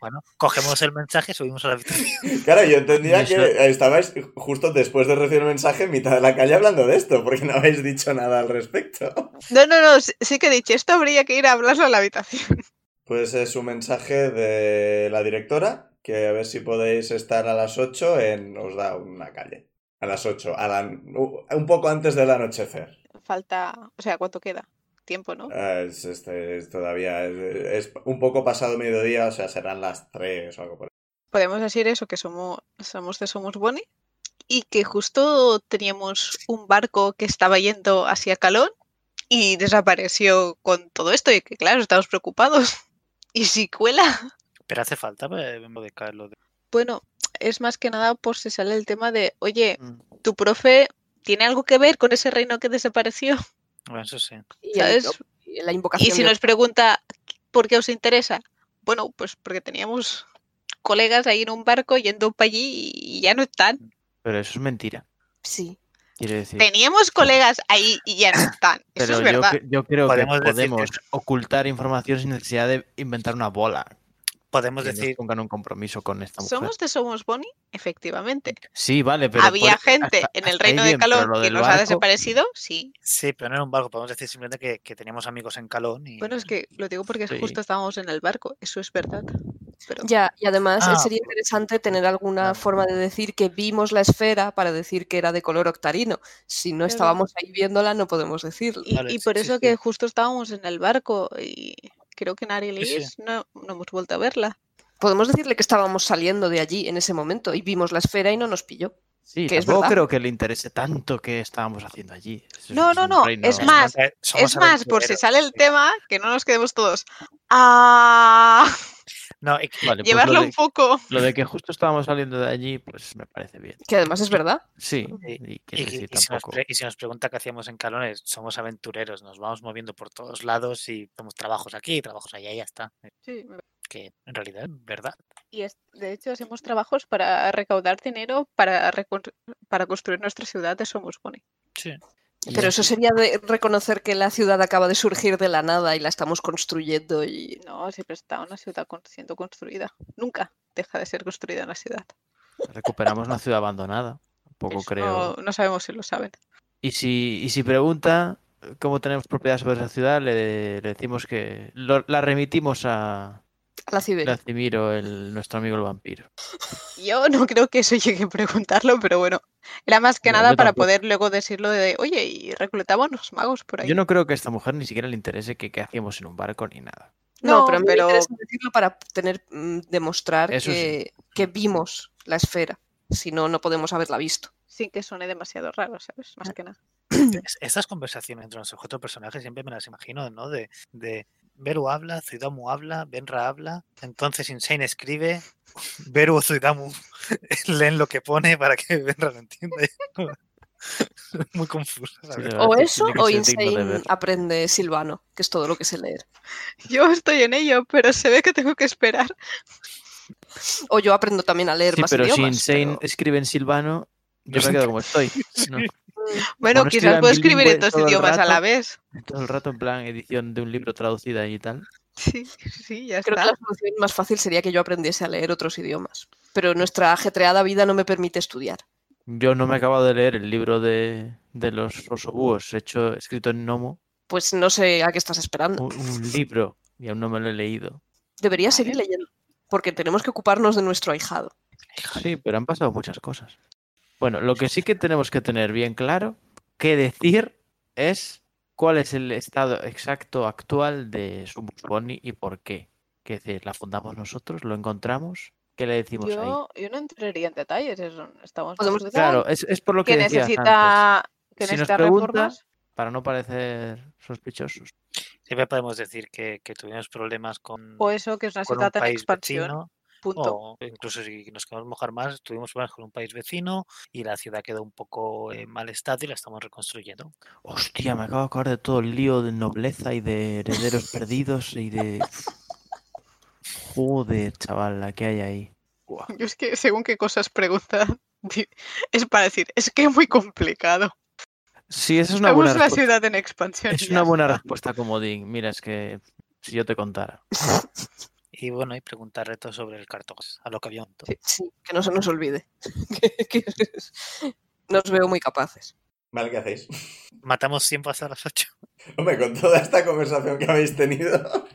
bueno, cogemos el mensaje, subimos a la habitación. claro, yo entendía Eso- que estabais justo después de recibir el mensaje en mitad de la calle hablando de esto, porque no habéis dicho nada al respecto. No, no, no, sí- sí que he dicho, esto habría que ir a hablarlo a la habitación. [LAUGHS] Pues es un mensaje de la directora, que a ver si podéis estar a las 8 en... os da una calle. A las 8, a la- un poco antes del anochecer. Falta, o sea, ¿cuánto queda? Tiempo, ¿no? Ah, es, este, es todavía es, es un poco pasado mediodía, o sea, serán las 3 o algo por podemos decir eso, que somos, somos de Somos Bonnie y que justo teníamos un barco que estaba yendo hacia Calón y desapareció con todo esto y que claro, estamos preocupados. [LAUGHS] ¿Y si cuela? Pero hace falta eh, lo de ca- lo de- Bueno, es más que nada por si sale el tema de, oye, Mm. tu profe tiene algo que ver con ese reino que desapareció. Bueno, eso sí. Y, ¿Sabes? el- y la invocación. Y si de- nos pregunta por qué os interesa, bueno, pues porque teníamos colegas ahí en un barco yendo para allí y ya no están. Pero eso es mentira, Sí. quiero decir. Teníamos colegas ahí y ya no están. Eso Pero es yo, verdad. cre- yo creo Podemos que decir que- podemos ocultar información sin necesidad de inventar una bola. Podemos que nos decir, pongan un compromiso con esta mujer. Somos de Somos Bonnie, efectivamente. Sí, vale, pero Había por- gente hasta- en el hasta ahí reino de bien, pero Calón lo que del nos ha barco- desaparecido, sí. sí, pero no era un barco, podemos decir simplemente que, que teníamos amigos en Calón y... Bueno, es que lo digo porque Sí. justo estábamos en el barco, eso es verdad. Pero Ya, y además eh, Ah. sería interesante tener alguna Ah. forma de decir que vimos la esfera para decir que era de color octarino. Si no Claro. estábamos ahí viéndola, no podemos decirlo. y, Vale, y sí, por sí, eso sí. que justo estábamos en el barco y creo que Nari Sí, sí. Liz no, no hemos vuelto a verla. Podemos decirle que estábamos saliendo de allí en ese momento y vimos la esfera y no nos pilló. Sí, que es tampoco verdad. creo que le interese tanto que estábamos haciendo allí. Eso No, es no, un no, reino- es más, Eh, somos es más, por si aventureros, sale el sí. tema, que no nos quedemos todos. Ah, No, y que- Vale, pues llevarla lo, un de, poco. lo de que justo estábamos saliendo de allí, pues me parece bien. Que además es verdad. Sí, Y- y y- quiero decir, y si nos tampoco. pre- y si nos pregunta qué hacíamos en Calones, somos aventureros, nos vamos moviendo por todos lados y tenemos trabajos aquí, trabajos allá, y ya está. Eh, Sí, me Que en realidad es verdad. Y es- de hecho hacemos trabajos para recaudar dinero para, recon- para construir nuestra ciudad de Somos Bonnie. Sí. Y Pero eso así- sería de reconocer que la ciudad acaba de surgir de la nada y la estamos construyendo y No, siempre está una ciudad con- siendo construida. Nunca deja de ser construida una ciudad. Recuperamos una ciudad abandonada. Tampoco Eso creo. No, no sabemos si lo saben. Y si, y si pregunta cómo tenemos propiedad sobre esa ciudad, le, le decimos que lo- la remitimos a a la ciber. Lacimiro, el, nuestro amigo el vampiro. Yo no [LAUGHS] creo que eso llegue a preguntarlo, pero bueno, era más que No, nada yo para tampoco. poder luego decirlo de, oye, y reclutamos los magos por ahí. Yo no creo que a esta mujer ni siquiera le interese que, que hacíamos en un barco ni nada. No, No, pero a mí pero- me interesa decirlo para tener, mm, demostrar Eso que, que vimos la esfera. Si no, no podemos haberla visto. Sin que suene demasiado raro, ¿sabes? Ah. Más que nada. Mm. Es- Estas conversaciones entre nuestros cuatro personajes siempre me las imagino, ¿no? De, de Beru habla, Zuidamu habla, Benra habla, entonces Insane escribe, [LAUGHS] Beru o Zuidamu [LAUGHS] leen lo que pone para que Benra lo entienda. [LAUGHS] y es como- Muy confuso, Sí, ¿sabes? la verdad O es que eso, tiene que o ser digno de Insane ver. aprende silvano, que es todo lo que sé leer. Yo estoy en ello, pero se ve que tengo que esperar. O yo aprendo también a leer Sí, más pero si idiomas, Insane pero- escribe en silvano, yo Nos me quedo como estoy. [LAUGHS] ¿no? Bueno, no quizás escriba en puedo escribir en bilingüe dos todo el idiomas a la rato. vez. Todo el rato en plan edición de un libro traducida y tal. Sí, sí, ya Creo que está. la solución más fácil sería que yo aprendiese a leer otros idiomas, pero nuestra ajetreada vida no me permite estudiar. Yo no me he acabado de leer el libro de, de los osobúos, hecho, escrito en Nomo, Pues no sé a qué estás esperando. un, [CLEARS THROAT] un libro, y aún no me lo he leído. Debería seguir leyendo, porque tenemos que ocuparnos de nuestro ahijado. [LAUGHS] Sí, pero han pasado muchas cosas. Bueno, lo que sí que tenemos que tener bien claro que decir es cuál es el estado exacto actual de Sumus Boni y por qué. Que decir, la fundamos nosotros, lo encontramos, ¿qué le decimos ahí? Yo, yo no entraría en detalles. eso no- estamos Podemos- nosotros Claro, es, es por lo que, que decías antes, necesita, que Si nos necesita pregunta- reformas. para no parecer sospechosos. Siempre podemos decir que, que tuvimos problemas con, O eso, que es una con un ciudad en país expansión. vecino. oh, Punto. O incluso si nos queremos mojar más, tuvimos problemas con un país vecino y la ciudad quedó un poco en mal estado y la estamos reconstruyendo. Hostia, me acabo de acordar de todo el lío de nobleza y de herederos [LAUGHS] perdidos y de... Joder, chaval, la que hay ahí. Yo es que según qué cosas preguntan, [LAUGHS] di- es para decir, es que es muy complicado. Sí, esa es una Somos buena una respuesta. ciudad en expansión. Es ya una buena está. respuesta, comodín. Mira, es que si yo te contara. Y bueno, y preguntar retos sobre el cartón, a lo que había un Sí, sí, que no se nos olvide. [LAUGHS] Que- que nos veo muy capaces. Vale, ¿qué hacéis? [LAUGHS] Matamos tiempo hasta las 8. Hombre, con toda esta conversación que habéis tenido. [LAUGHS]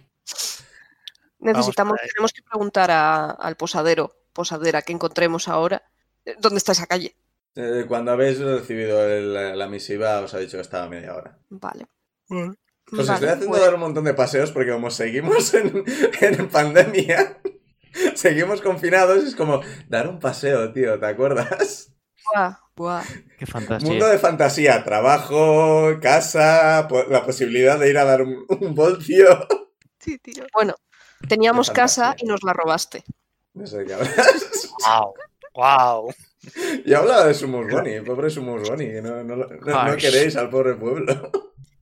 Necesitamos, para ahí. tenemos que preguntar a- al posadero, posadera que encontremos ahora, eh, ¿dónde está esa calle? Eh, cuando habéis recibido el- la, la misiva, os ha dicho que estaba a media hora. Vale. Os Mm. Vale, estoy haciendo pues- dar un montón de paseos porque como seguimos en, [LAUGHS] en pandemia, [LAUGHS] seguimos confinados, es como dar un paseo, tío, ¿te acuerdas? Buah, buah. Qué fantasía. Mundo de fantasía, trabajo, casa, po- la posibilidad de ir a dar un, [LAUGHS] un voltio. Sí, tío. Bueno, teníamos Qué casa fantasía. y nos la robaste. No sé de qué hablas. [LAUGHS] ¡Wow! ¡Wow! Yo hablaba de Sumus Boni, pobre Sumus Boni, que no, no lo- no- no Harsh. queréis al pobre pueblo.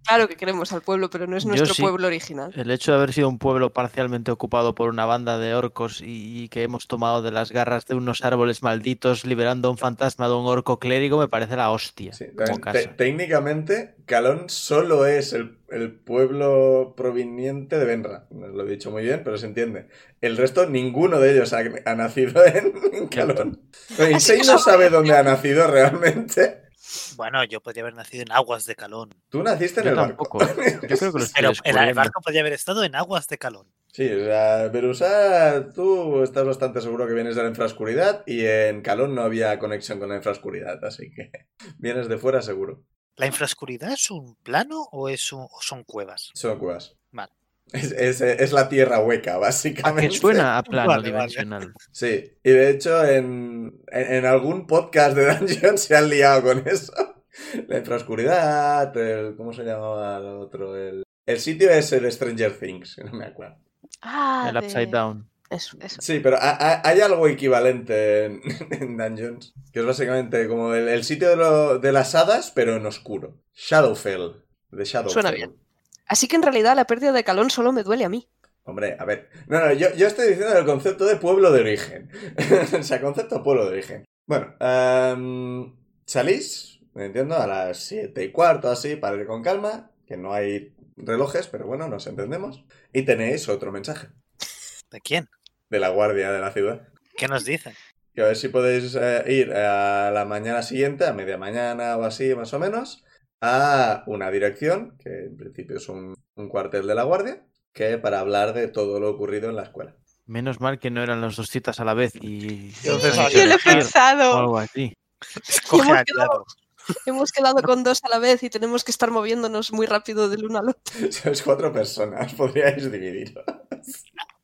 Claro que queremos al pueblo, pero no es Yo nuestro sí. pueblo original. El hecho de haber sido un pueblo parcialmente ocupado por una banda de orcos y, y que hemos tomado de las garras de unos árboles malditos, liberando a un fantasma de un orco clérigo, me parece la hostia. Sí, como también, te- casa. técnicamente, Calón solo es el, el pueblo proveniente de Benra. No Lo he dicho muy bien, pero se entiende. El resto, ninguno de ellos ha, ha nacido en, en [LAUGHS] Calón. Pero Insane no sabe dónde ha nacido realmente. Bueno, yo podría haber nacido en aguas de Calón. Tú naciste en Yo el tampoco. ¿eh? barco. Yo [LAUGHS] creo que lo estoy Pero el- el descubriendo. barco podría haber estado en aguas de Calón. Sí, o sea, Berusá, tú estás bastante seguro que vienes de la infraoscuridad y en Calón no había conexión con la infraoscuridad, así que [LAUGHS] vienes de fuera seguro. ¿La infraoscuridad es un plano o, es un- o son cuevas? Son cuevas. Vale. Es, es- es la tierra hueca, ¿A básicamente. que [LAUGHS] suena a plano Vale, vale. dimensional. Sí, y de hecho en, en, en algún podcast de [LAUGHS] Dungeon se han liado con eso. La infraoscuridad, el... ¿Cómo se llamaba el otro? El, el sitio es el Stranger Things, no me acuerdo. Ah, El upside de- down. Eso. Eso. Sí, pero ha- ha- hay algo equivalente en, [LAUGHS] en Dungeons, que es básicamente como el, el sitio de, lo- de las hadas, pero en oscuro. Shadowfell, de Shadowfell. Suena bien. Así que en realidad la pérdida de calón solo me duele a mí. Hombre, a ver. No, no, yo, yo estoy diciendo el concepto de pueblo de origen. [LAUGHS] o sea, concepto pueblo de origen. Bueno, em, salís, me entiendo, a las siete y cuarto, así, para ir con calma, que no hay relojes, pero bueno, nos entendemos. Y tenéis otro mensaje ¿De quién? de la guardia de la ciudad. ¿Qué nos [LAUGHS] dicen? Que a ver si podéis eh, ir a la mañana siguiente, a media mañana o así, más o menos, a una dirección, que en principio es un, un cuartel de la guardia, que para hablar de todo lo ocurrido en la escuela. Menos mal que no eran las dos citas a la vez y... Entonces, y- yo Yo lo Claro. he o pensado. algo así. Escoge hemos a quedado- Claro. Hemos quedado con dos a la vez y tenemos que estar moviéndonos muy rápido del uno al [LAUGHS] otro. Sois cuatro personas, [LAUGHS] podríais dividir.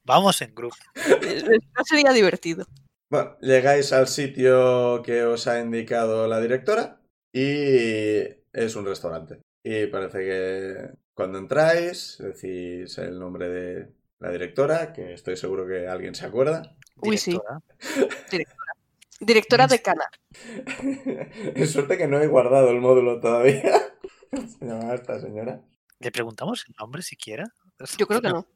Vamos en grupo. Eh, No sería divertido. Bueno, llegáis al sitio que os ha indicado la directora y es un restaurante. Y parece que cuando entráis decís el nombre de la directora, que estoy seguro que alguien se acuerda. [LAUGHS] Uy, sí. directora. Directora de Cana. es suerte que no he guardado el módulo todavía. [LAUGHS] ¿Se llamaba esta señora? ¿Le preguntamos el nombre siquiera? Yo creo que no.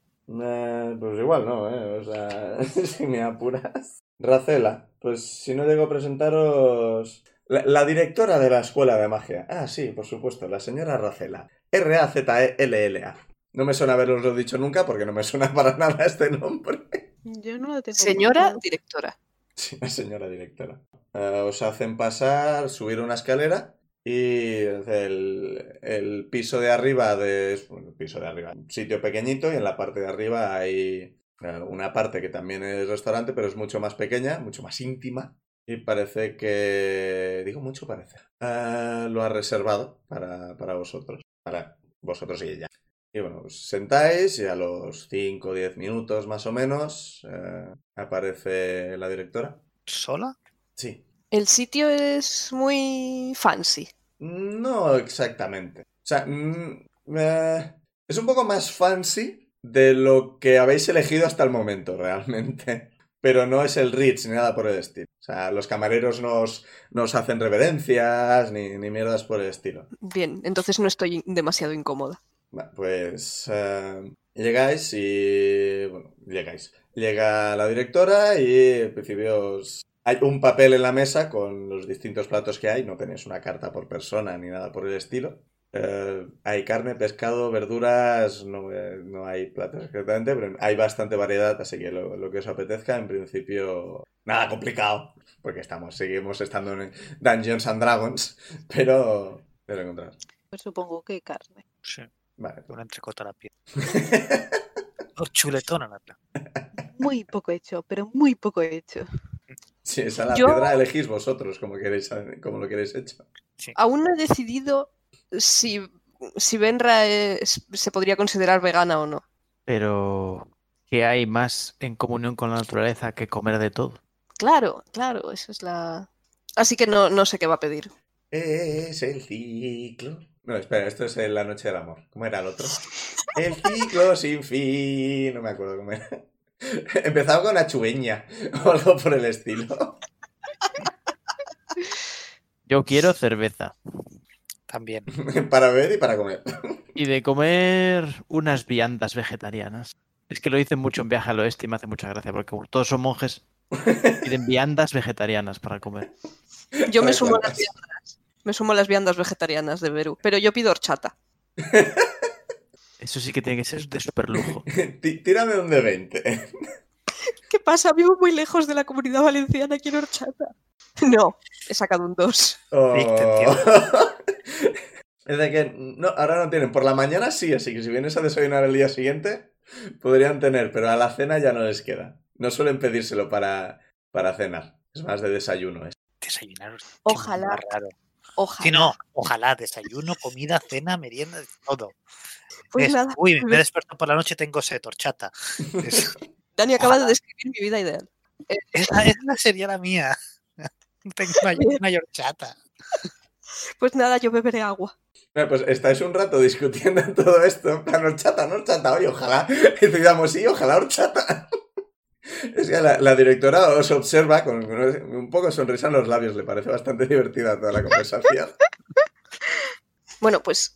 Eh, pues igual no, ¿eh? O sea, [LAUGHS] si me apuras. Racela, pues si no llego a presentaros... La, la directora de la escuela de magia. Ah, sí, por supuesto, la señora Racela. R-A-Z-E-L-L-A. No me suena haberoslo dicho nunca porque no me suena [LAUGHS] para nada este nombre. Yo no lo tengo. Señora apuntado. directora. [LAUGHS] Sí, la señora directora. Eh, os hacen pasar, subir una escalera y el, el piso de arriba de, es un piso de arriba, un sitio pequeñito y en la parte de arriba hay eh, una parte que también es restaurante, pero es mucho más pequeña, mucho más íntima. Y parece que, digo mucho parece, Eh, lo ha reservado para, para vosotros, para vosotros y ella. Y bueno, os sentáis y a los 5 o 10 minutos más o menos eh, aparece la directora. ¿Sola? Sí. El sitio es muy fancy. No exactamente. O sea, mm, eh, es un poco más fancy de lo que habéis elegido hasta el momento, realmente. [LAUGHS] Pero no es el Ritz ni nada por el estilo. O sea, los camareros nos, nos hacen reverencias ni, ni mierdas por el estilo. Bien, entonces no estoy demasiado incómoda. Va, Pues eh, llegáis y... Bueno, llegáis. Llega la directora y en principio os- hay un papel en la mesa con los distintos platos que hay. No tenéis una carta por persona ni nada por el estilo. Eh, hay carne, pescado, verduras, no, eh, no hay platos exactamente, pero hay bastante variedad, así que lo, lo que os apetezca, en principio, nada complicado, porque estamos, seguimos estando en Dungeons and Dragons, [LAUGHS] pero, pero encontrar. Pues supongo que carne. Sí, Vale, pues. una entrecota a la piel. [LAUGHS] O chuletón a la piel. Muy poco hecho, pero muy poco hecho. Sí, esa la Yo- piedra elegís vosotros como queréis, como lo queréis hecho. Aún no he decidido si, si Benra es- se podría considerar vegana o no. Pero, ¿qué hay más en comunión con la naturaleza que comer de todo? Claro, claro, esa es la... Así que no, no sé qué va a pedir. Es el ciclo. No, espera, esto es en la noche del amor. ¿Cómo era el otro? El ciclo sin fin. No me acuerdo cómo era. Empezaba con achueña o algo por el estilo. Yo quiero cerveza. También. Para beber y para comer. Y de comer unas viandas vegetarianas. Es que lo hice mucho en viaje al oeste y me hace mucha gracia porque como todos son monjes. [LAUGHS] Piden viandas vegetarianas para comer. Yo me Vale, sumo, a las cuentas. viandas, me sumo a las viandas vegetarianas de Beru, pero yo pido horchata. Eso sí que tiene que ser de super lujo. Tí- Tírame un de 20. ¿Qué pasa? Vivo muy lejos de la comunidad valenciana, quiero horchata. [LAUGHS] No, he sacado un 2. Oh. Sí, te entiendo. [LAUGHS] Es de que no, ahora no tienen. Por la mañana sí, así que si vienes a desayunar el día siguiente, podrían tener, pero a la cena ya no les queda. No suelen pedírselo para, para cenar. Es más de desayuno. ¿eh? es. Desayunar. qué Ojalá. más raro. Ojalá. Sí, no, ojalá. Desayuno, comida, cena, merienda, todo. Pues Es, nada, Uy, me me- he despertado por la noche, tengo sed, horchata. [LAUGHS] Es- Dani acaba de ojalá. describir mi vida ideal. esa, esa sería la mía. [LAUGHS] Tengo una, [LAUGHS] una horchata. Pues nada, yo beberé agua. Bueno, pues estáis un rato discutiendo todo esto. En plan, horchata, no horchata. Oye, ojalá. [LAUGHS] Y digamos, sí, ojalá horchata. [LAUGHS] Es que la, la directora os observa con, con un poco de sonrisa en los labios. Le parece bastante [LAUGHS] divertida toda la conversación. Bueno, pues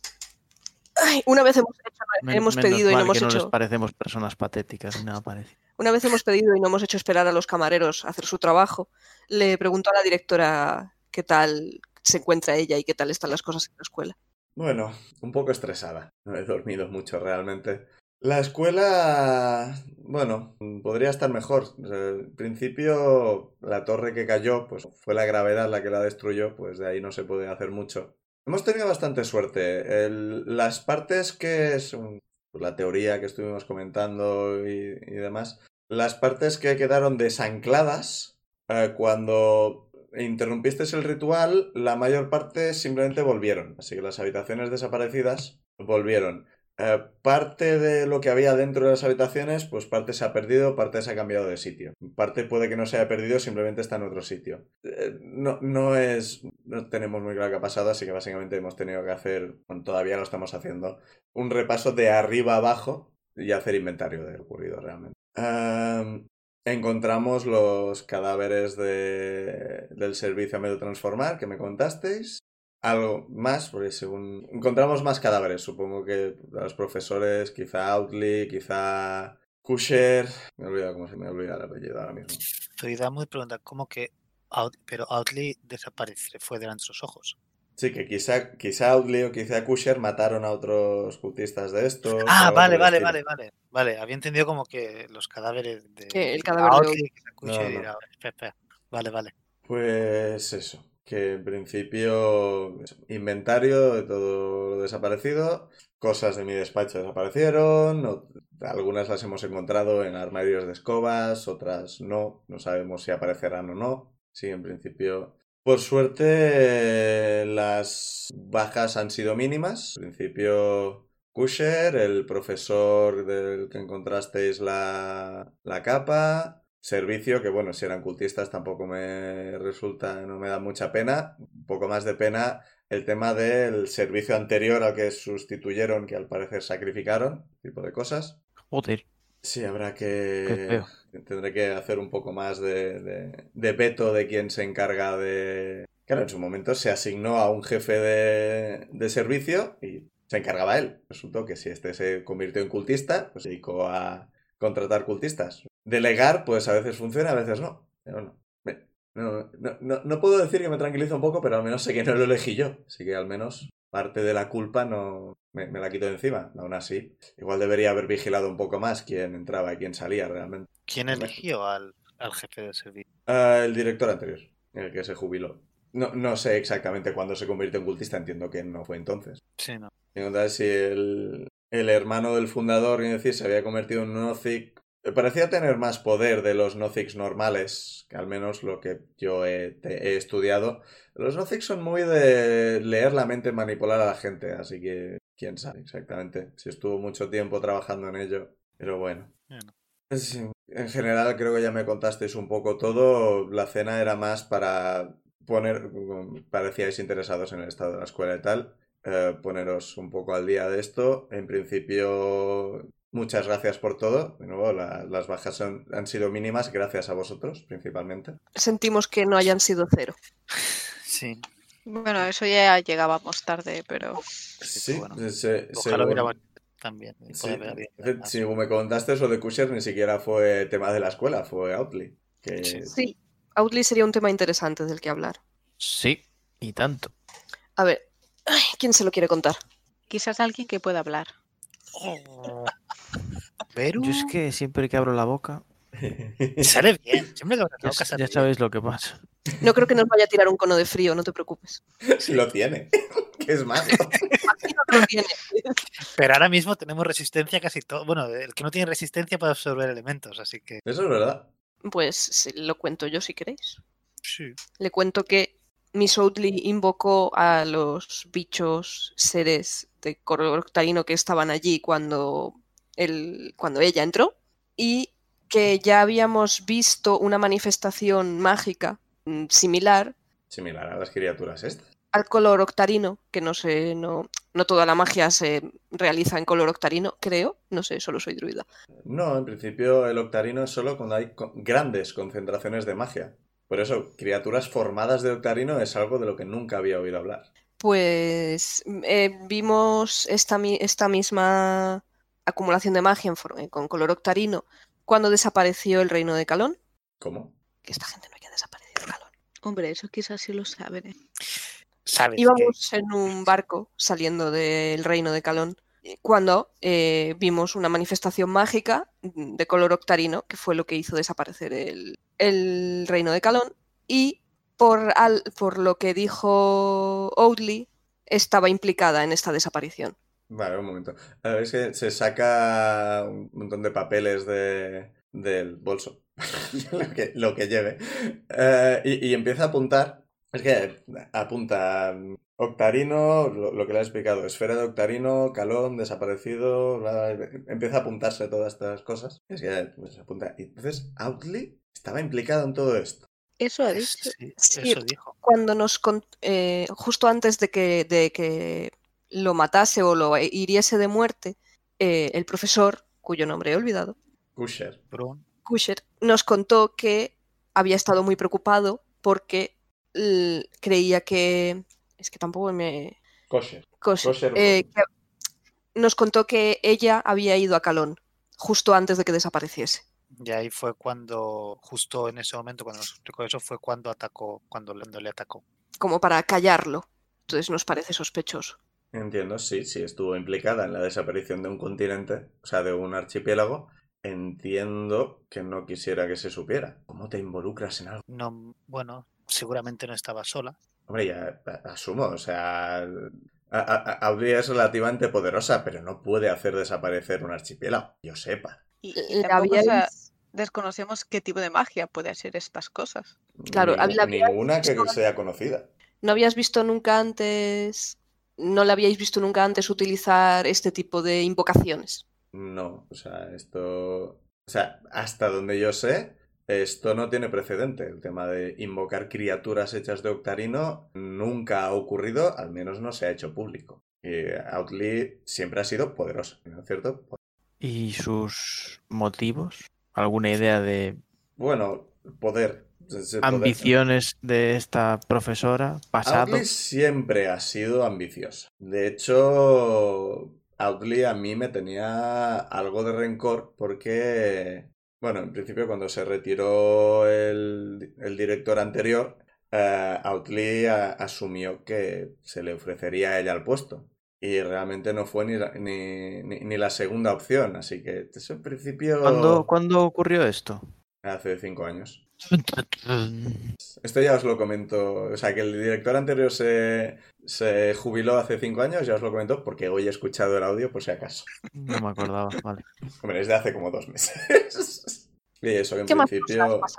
ay, una vez hemos hecho Men- Hemos menos pedido y no mal hemos que No les hecho. parecemos personas patéticas ni nada parecido. Una vez hemos pedido y no hemos hecho esperar a los camareros a hacer su trabajo, le preguntó a la directora qué tal se encuentra ella y qué tal están las cosas en la escuela. Bueno, un poco estresada. No he dormido mucho realmente. La escuela, bueno, podría estar mejor. O sea, Al principio, la torre que cayó, pues fue la gravedad la que la destruyó, pues de ahí no se puede hacer mucho. Hemos tenido bastante suerte. El- las partes que es un- pues, la teoría que estuvimos comentando y, y demás, las partes que quedaron desancladas eh, cuando interrumpiste el ritual, la mayor parte simplemente volvieron. Así que las habitaciones desaparecidas volvieron. Eh, parte de lo que había dentro de las habitaciones, pues parte se ha perdido, parte se ha cambiado de sitio. Parte puede que no se haya perdido, simplemente está en otro sitio. Eh, no, no es. No tenemos muy claro qué ha pasado, así que básicamente hemos tenido que hacer, bueno, todavía lo estamos haciendo, un repaso de arriba a abajo y hacer inventario de lo ocurrido realmente. Ehm, Encontramos los cadáveres de- del servicio a medio transformar que me contasteis. Algo más, porque según. Encontramos más cadáveres, supongo que a los profesores, quizá Outly, quizá Kusher. Me he olvidado cómo se me olvida el apellido ahora mismo. Zoidamo muy pregunta, ¿cómo que Out- pero Outly desapareció, fue delante de sus ojos? Sí, que quizá, quizá Outleo, quizá Kusher mataron a otros cultistas de esto. Ah, vale, vale, vale, vale, vale. Había entendido como que los cadáveres de. Que el cadáver de Aorki, Odin. que se escuche y No, no. dirá, espera, espera. Vale, vale. Pues eso, que en principio eso, inventario de todo lo desaparecido, cosas de mi despacho desaparecieron, o- algunas las hemos encontrado en armarios de escobas, otras no, no sabemos si aparecerán o no. Sí, en principio, por suerte las bajas han sido mínimas. En principio Kusher, el profesor del que encontrasteis la, la capa. Servicio, que bueno, si eran cultistas tampoco me resulta, no me da mucha pena. Un poco más de pena el tema del servicio anterior al que sustituyeron, que al parecer sacrificaron, tipo de cosas. Joder. Sí, habrá Qué que... feo. Tendré que hacer un poco más de, de, de veto de quien se encarga de... Claro, en su momento se asignó a un jefe de, de servicio y se encargaba él. Resultó que si este se convirtió en cultista, pues se dedicó a contratar cultistas. Delegar, pues a veces funciona, a veces no. Pero no. me- No, no, no- no puedo decir que me tranquiliza un poco, pero al menos sé que no lo elegí yo. Así que al menos parte de la culpa no me, me la quito de encima. Aún así, igual debería haber vigilado un poco más quién entraba y quién salía realmente. ¿Quién Vale. eligió al, al jefe de servicio? Ah, el director anterior, el que se jubiló. No, no sé exactamente cuándo se convirtió en cultista, entiendo que no fue entonces. Sí, no. Preguntar si el, el hermano del fundador, es decir, se había convertido en un Nozick. Parecía tener más poder de los Nozicks normales, que al menos lo que yo he, te- he estudiado. Los Nozicks son muy de leer la mente, manipular a la gente, así que quién sabe exactamente si estuvo mucho tiempo trabajando en ello. Pero bueno. Bueno. Sí, En general creo que ya me contasteis un poco todo. La cena era más para poner, parecíais interesados en el estado de la escuela y tal eh, poneros un poco al día de esto. En principio, muchas gracias por todo. De nuevo, la- las bajas son- han sido mínimas gracias a vosotros, principalmente. Sentimos que no hayan sido cero. Sí. Bueno, eso ya llegábamos tarde, pero Sí, bueno. se- se- Ojalá según- hubiera valido también. y sí, poder ver bien. efe- según me contaste, eso de Kusher ni siquiera fue tema de la escuela, fue Outly. Que... Sí. Sí, Outly sería un tema interesante del que hablar. Sí, y tanto. A ver, ay, ¿quién se lo quiere contar? quizás alguien que pueda hablar. [LAUGHS] Oh. [LAUGHS] Beru, Yo es que siempre que abro la boca, sale bien. Siempre que abres la ya, boca sale ya bien. sabéis lo que pasa. No creo que nos vaya a tirar un cono de frío, no te preocupes. [LAUGHS] Si lo tiene, [LAUGHS] que es [LAUGHS] malo. Imagino que lo tiene. Pero ahora mismo tenemos resistencia casi todo. Bueno, el que no tiene resistencia puede absorber elementos, así que. Eso es verdad. Pues sí, lo cuento yo si queréis. Sí. Le cuento que Miss Outley invocó a los bichos seres de color octarino que estaban allí cuando, él- cuando ella entró y que ya habíamos visto una manifestación mágica mm, similar Similar a las criaturas estas. al color octarino, que no sé, no, no toda la magia se realiza en color octarino, creo, no sé, solo soy druida. No, en principio el octarino es solo cuando hay co- grandes concentraciones de magia. Por eso, criaturas formadas de octarino es algo de lo que nunca había oído hablar. Pues mm, eh, vimos esta, mi- esta misma acumulación de magia en for- eh, con color octarino cuando desapareció el reino de Calón. ¿Cómo? Que esta gente no haya desaparecido Calón. Hombre, eso quizás sí lo saben. ¿eh? Sabes que- Íbamos en un barco saliendo del reino de Calón eh, cuando eh, vimos una manifestación mágica mm, de color octarino que fue lo que hizo desaparecer el, el reino de Calón. Y por, al- por lo que dijo Oudley, estaba implicada en esta desaparición. Vale, un momento. A ver, es que se saca un montón de papeles de, del bolso. [LAUGHS] lo que, lo que lleve. Eh, y, y empieza a apuntar. Es que apunta mm, octarino, lo, lo que le he explicado, esfera de octarino, calón, desaparecido. bla, bla, bla. Empieza a apuntarse todas estas cosas. Es que pues, se apunta. Y entonces, Outly estaba implicado en todo esto. Eso ha dicho. Sí, Sí. Eso dijo. cuando nos con- eh, justo antes de que, de que lo matase o lo hiriese de muerte, eh, el profesor, cuyo nombre he olvidado, Kusher. Brun. Kusher, nos contó que había estado muy preocupado porque l- creía que. Es que tampoco me. Kosher. Kosher, Kosher. eh, que- nos contó que ella había ido a Calón justo antes de que desapareciese. Y ahí fue cuando, justo en ese momento, cuando nos explicó eso, fue cuando atacó, cuando, le- cuando le atacó. como para callarlo. Entonces nos parece sospechoso. Entiendo, sí, sí, estuvo implicada en la desaparición de un continente, o sea, de un archipiélago. Entiendo que no quisiera que se supiera. ¿Cómo te involucras en algo? No, bueno, seguramente no estaba sola. Hombre, ya a- asumo, o sea, a- a- a- Aurea es relativamente poderosa, pero no puede hacer desaparecer un archipiélago, yo sepa. Y, y La tampoco habíais- sa- desconocemos qué tipo de magia puede hacer estas cosas. Claro, Ningú- la había ninguna que visto- sea conocida. ¿No habías visto nunca antes, no la habíais visto nunca antes utilizar este tipo de invocaciones? No, o sea, esto. O sea, hasta donde yo sé, esto no tiene precedente. El tema de invocar criaturas hechas de octarino nunca ha ocurrido, al menos no se ha hecho público. Y Outly siempre ha sido poderosa, ¿no es cierto? ¿Y sus motivos? ¿Alguna idea de Bueno, poder. ese poder. ambiciones de esta profesora? ¿Pasado? Outly siempre ha sido ambiciosa. De hecho, Outly a mí me tenía algo de rencor porque, bueno, en principio cuando se retiró el, el director anterior, eh, Outly a- asumió que se le ofrecería a ella el puesto. Y realmente no fue ni la, ni, ni- ni la segunda opción, así que eso en principio ¿Cuándo, cuándo ocurrió esto? hace cinco años. Esto ya os lo comento. O sea, que el director anterior se, se jubiló hace cinco años, ya os lo comento, porque hoy he escuchado el audio por si acaso. No me acordaba, vale. Hombre, es de hace como dos meses. [LAUGHS] Y eso, que en ¿Qué más principio. cosas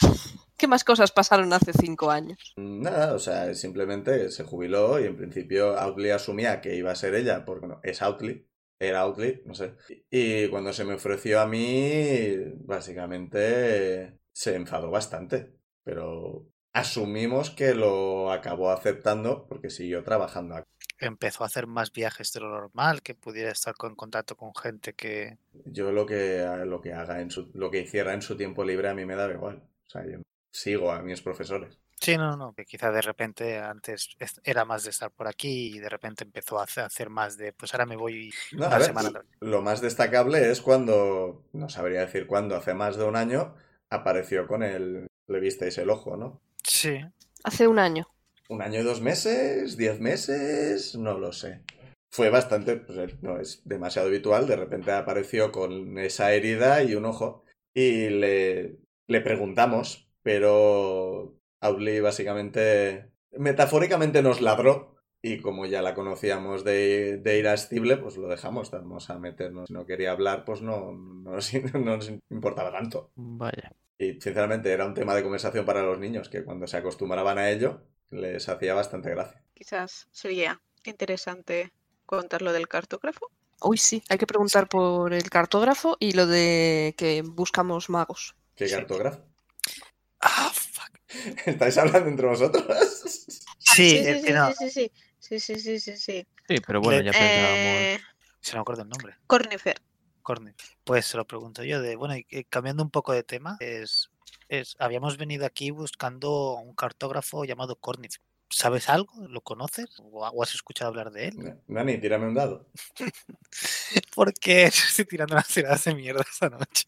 pasaron? [LAUGHS] ¿Qué más cosas pasaron hace cinco años? Nada, o sea, simplemente se jubiló y en principio Outly asumía que iba a ser ella, porque bueno, es Outly, era Outly, no sé. Y cuando se me ofreció a mí, básicamente se enfadó bastante, pero asumimos que lo acabó aceptando porque siguió trabajando aquí. Empezó a hacer más viajes de lo normal, que pudiera estar con- en contacto con gente que... Yo lo que, lo que haga en su, lo que hiciera en su tiempo libre a mí me da igual. O sea, yo sigo a mis profesores. Sí, no, no, que quizá de repente antes es- era más de estar por aquí y de repente empezó a hace- a hacer más de, pues ahora me voy No, una a ver, semana. tal. Lo más destacable es cuando, no sabría decir cuándo, hace más de un año, apareció con el, le visteis el ojo, ¿no? Sí, Hace un año. Un año y dos meses, diez meses, no lo sé. Fue bastante, pues eh, no es demasiado habitual, de repente apareció con esa herida y un ojo y le, le preguntamos, pero Audley básicamente, metafóricamente nos ladró y como ya la conocíamos de, de ir a Stible, pues lo dejamos, vamos a meternos. Si no quería hablar, pues no, no, [LAUGHS] nos, no nos importaba tanto. Vaya. Y sinceramente era un tema de conversación para los niños, que cuando se acostumbraban a ello les hacía bastante gracia. Quizás sería interesante contar lo del cartógrafo. Uy, sí, hay que preguntar por el cartógrafo y lo de que buscamos magos. ¿Qué Sí. cartógrafo? Ah, fuck. [LAUGHS] ¿Estáis hablando entre vosotros? [LAUGHS] sí, sí, eh, sí, no, sí, sí, sí, sí, sí, sí, sí. Sí, pero bueno, ya pensábamos. Eh, se me acuerdo el nombre. Cornifer, Corne. Pues se lo pregunto yo de, bueno, y- y cambiando un poco de tema, es, es habíamos venido aquí buscando a un cartógrafo llamado Cornifer. ¿Sabes algo? ¿Lo conoces? ¿O o has escuchado hablar de él? [LAUGHS] Nani, tírame un dado. Porque [LAUGHS] estoy tirando las tiradas de mierda esta noche.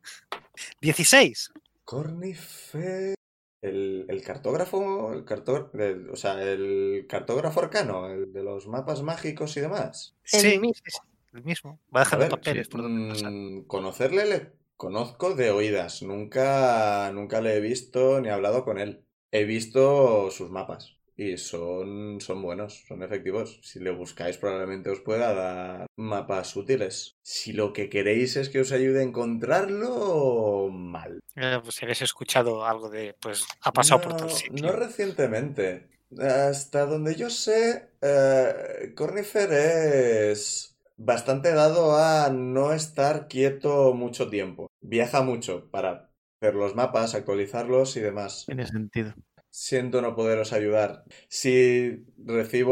[LAUGHS] 16. Cornifer. El, el cartógrafo, el cartó- el- o sea, el cartógrafo arcano, el de los mapas mágicos y demás. El sí, mismo. sí, sí, el mismo. Va A dejando ver, papeles sí, por donde pasar. mm, conocerle le conozco de oídas. Nunca, nunca le he visto ni he hablado con él. He visto sus mapas y son, son buenos, son efectivos. Si le buscáis probablemente os pueda dar mapas útiles. Si lo que queréis es que os ayude a encontrarlo, mal. Eh, pues si habéis escuchado algo de, pues ha pasado por No, tal No sitio. recientemente. Hasta donde yo sé, eh, Cornifer es bastante dado a no estar quieto mucho tiempo. Viaja mucho para ver los mapas, actualizarlos y demás. Tiene sentido. Siento no poderos ayudar. Si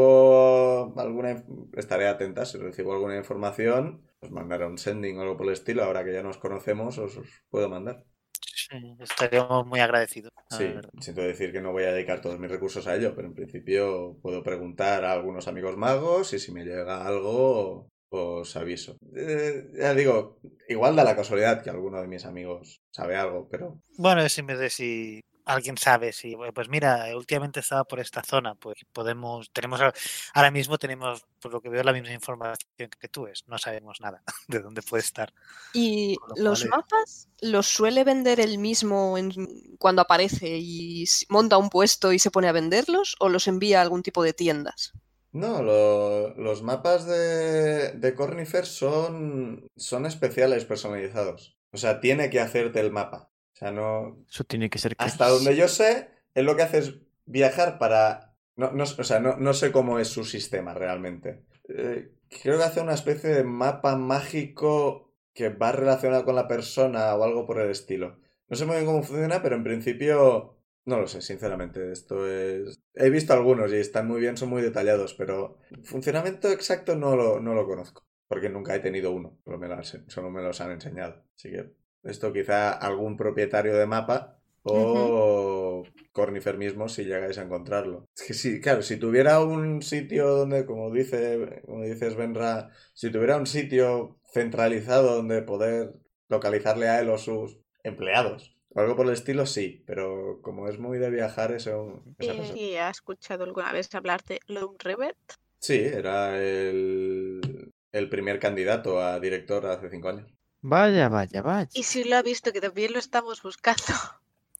recibo alguna... in- Estaré atenta. Si recibo alguna información, os mandaré un sending o algo por el estilo. Ahora que ya nos conocemos, os, os puedo mandar. Sí, estaríamos muy agradecidos. la Sí, Ah, verdad. siento decir que no voy a dedicar todos mis recursos a ello, pero en principio puedo preguntar a algunos amigos magos y si me llega algo os aviso. Eh, ya digo, igual da la casualidad que alguno de mis amigos sabe algo, pero Bueno, es en vez de si alguien sabe si, bueno, pues mira, últimamente estaba por esta zona, pues podemos, tenemos, a- ahora mismo tenemos, por lo que veo, la misma información que tú es, no sabemos nada [LAUGHS] de dónde puede estar. Y Con lo cual los es- mapas los suele vender él mismo en- cuando aparece y s- monta un puesto y se pone a venderlos o los envía a algún tipo de tiendas. No, lo- los mapas de, de Cornifer son, son especiales personalizados. O sea, tiene que hacerte el mapa. O sea, no, Eso tiene que ser Hasta carísimo. donde yo sé, él lo que hace es viajar para. No, no- o sea, no, no sé cómo es su sistema realmente. Eh, creo que hace una especie de mapa mágico que va relacionado con la persona o algo por el estilo. No sé muy bien cómo funciona, pero en principio. No lo sé, sinceramente. Esto es. He visto algunos y están muy bien, son muy detallados, pero funcionamiento exacto no lo, no lo conozco. Porque nunca he tenido uno. Solo me, lo han- solo me los han enseñado. Así que esto quizá algún propietario de mapa o Cornifer mismo si llegáis a encontrarlo. Es que sí, claro, si tuviera un sitio donde, como dice, como dices Benra, si tuviera un sitio centralizado donde poder localizarle a él o sus empleados. O algo por el estilo, sí, pero como es muy de viajar, eso... esa cosa- ¿Y ha eh, escuchado alguna vez hablar de Lone River? Sí, era el, el primer candidato a director hace cinco años. Vaya, vaya, vaya. Y si lo ha visto, que también lo estamos buscando.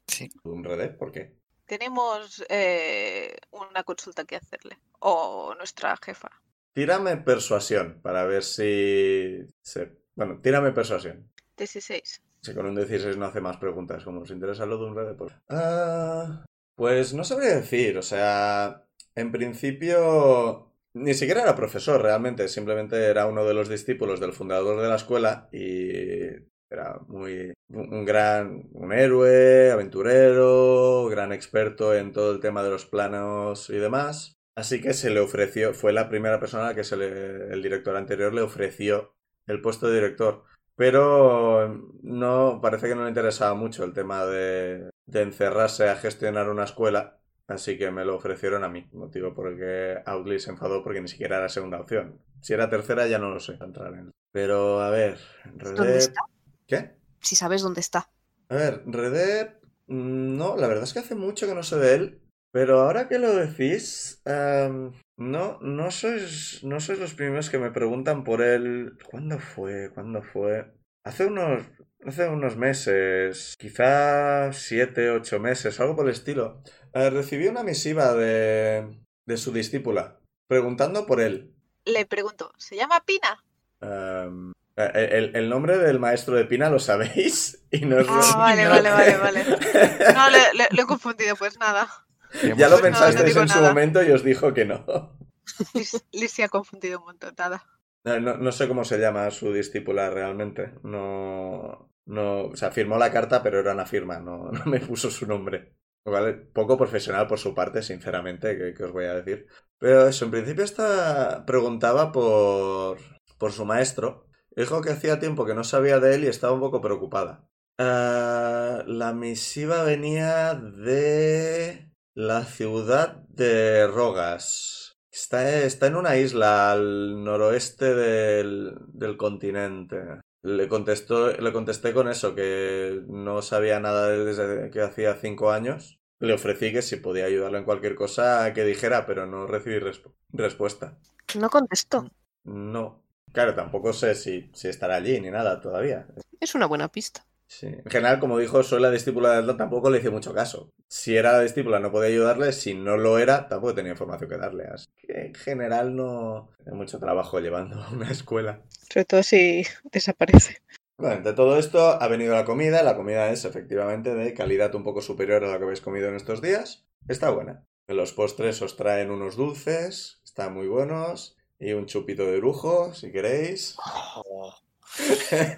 [LAUGHS] ¿Un redet? ¿Por qué? Tenemos eh, una consulta que hacerle. O nuestra jefa. Tírame persuasión para ver si... se- Bueno, tírame persuasión. 16. Si con un 16 no hace más preguntas, como os interesa lo de un red, pues... Ah, pues no sabría decir, o sea, en principio ni siquiera era profesor realmente, simplemente era uno de los discípulos del fundador de la escuela y era muy un un gran un héroe, aventurero, gran experto en todo el tema de los planos y demás. Así que se le ofreció, fue la primera persona a la que se le- el director anterior le ofreció el puesto de director. Pero em, no parece que no le interesaba mucho el tema de, de encerrarse a gestionar una escuela, así que me lo ofrecieron a mí, motivo por el que Outly se enfadó porque ni siquiera era segunda opción. Si era tercera ya no lo sé, entrar en- Pero a ver, Redep- está? ¿Qué? Si sabes dónde está. A ver, Redep, mm, no, la verdad es que hace mucho que no sé de él, pero ahora que lo decís, em, no, no sois, no sois los primeros que me preguntan por él. ¿Cuándo fue? ¿Cuándo fue? Hace unos, hace unos meses, quizá siete, ocho meses, algo por el estilo. eh, recibí una misiva de, de su discípula preguntando por él. Le pregunto, ¿se llama Pina? Em, eh, el, el nombre del maestro de Pina lo sabéis [LAUGHS] y no es Ah, vale, vale, vale, [LAUGHS] vale. No, le- le- lo he confundido, pues nada. Queremos Ya lo hacer- no pensasteis digo en su nada. momento y os dijo que no. Liz, Liz se ha confundido un montón, nada. No, no- no sé cómo se llama su discípula realmente. No, no, o sea, firmó la carta, pero era una firma, no, [LAUGHS] no me puso su nombre. ¿Vale? Poco profesional por su parte, sinceramente, que, que os voy a decir. Pero eso, en principio esta preguntaba por, por su maestro. Dijo que hacía tiempo que no sabía de él y estaba un poco preocupada. Ah, la misiva venía de la ciudad de Rogas. Está, está en una isla al noroeste del, del continente. Le contestó, le contesté con eso, que no sabía nada de él desde que hacía cinco años. Le ofrecí que si podía ayudarlo en cualquier cosa que dijera, pero no recibí resp- respuesta. No contesto. No. Claro, tampoco sé si, si estará allí ni nada todavía. Es una buena pista. Sí. En general, como dijo, soy la discípula de Aldón, tampoco le hice mucho caso. Si era la discípula no podía ayudarle, si no lo era, tampoco tenía información que darle. Así que en general no hay mucho trabajo llevando a una escuela. Sobre todo si desaparece. Bueno, de todo esto ha venido la comida. La comida es efectivamente de calidad un poco superior a la que habéis comido en estos días. Está buena. En los postres os traen unos dulces, están muy buenos. Y un chupito de brujo, si queréis. Oh,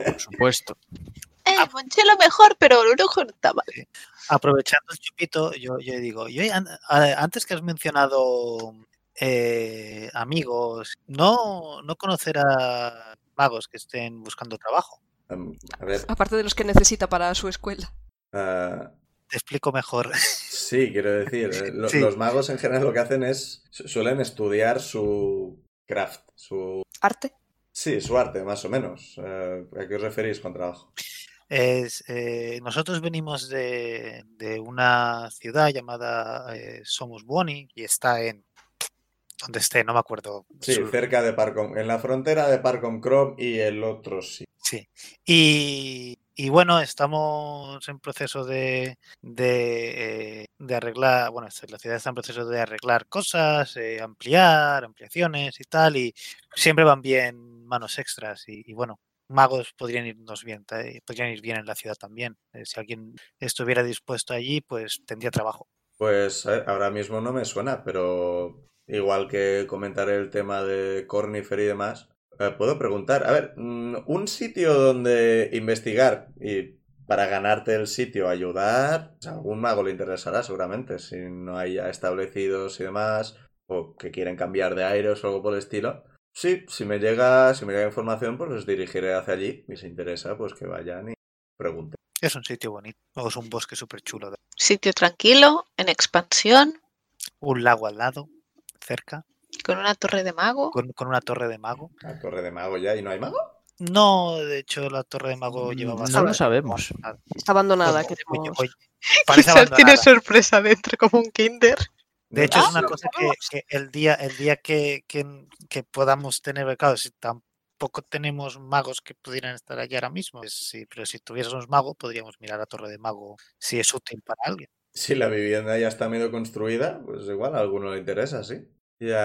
Por supuesto. Eh, ponché lo mejor, pero el ojo no está mal. Aprovechando el chupito, yo, yo digo, yo an- a- antes que has mencionado eh, amigos, no, no conocer a magos que estén buscando trabajo. Em, a ver, Aparte de los que necesita para su escuela. ah, Te explico mejor. Sí, quiero decir, eh, lo- Sí. los magos en general lo que hacen es, su- suelen estudiar su craft, su... Arte. Sí, su arte, más o menos. Eh, ¿A qué os referís con trabajo? Es, eh, nosotros venimos de, de una ciudad llamada eh, Somos Boni y está en. donde esté, no me acuerdo. Sí, Sur- cerca de Parcom, en la frontera de Parcom Crop y el otro sí. Sí. Y, y bueno, estamos en proceso de, de, eh, de arreglar, bueno, esta- la ciudad está en proceso de arreglar cosas, eh, ampliar, ampliaciones y tal, y siempre van bien manos extras y, y bueno. Magos podrían irnos bien, ta- eh, podrían ir bien en la ciudad también. Eh, si alguien estuviera dispuesto allí, pues tendría trabajo. Pues a ver, ahora mismo no me suena, pero igual que comentaré el tema de Cornifer y demás, eh, puedo preguntar, a ver, mm, un sitio donde investigar y para ganarte el sitio ayudar, pues, a algún mago le interesará seguramente, si no hay ya establecidos y demás, o que quieren cambiar de aires o algo por el estilo. Sí, si me llega, si me llega información, pues los dirigiré hacia allí. Y si interesa, pues que vayan y pregunten. Es un sitio bonito, o es un bosque súper chulo, Sitio tranquilo, en expansión, un lago al lado, cerca, con una torre de mago. [LAUGHS] con, con una torre de mago. La torre de mago ya, ¿y no hay mago? No, de hecho, la torre de mago lleva No bastante lo sabemos. [LAUGHS] abandonada. Está abandonada. Oye, que oye, tenemos- [LAUGHS] oye, parece abandonada. sorpresa dentro, como un kinder. De hecho, Ah, es una no. cosa que, que el día, el día que, que- que podamos tener, claro, si tampoco tenemos magos que pudieran estar allí ahora mismo, pues sí, pero si tuviésemos mago, podríamos mirar a Torre de Mago si es útil para alguien. Si la vivienda ya está medio construida, pues igual a alguno le interesa, sí.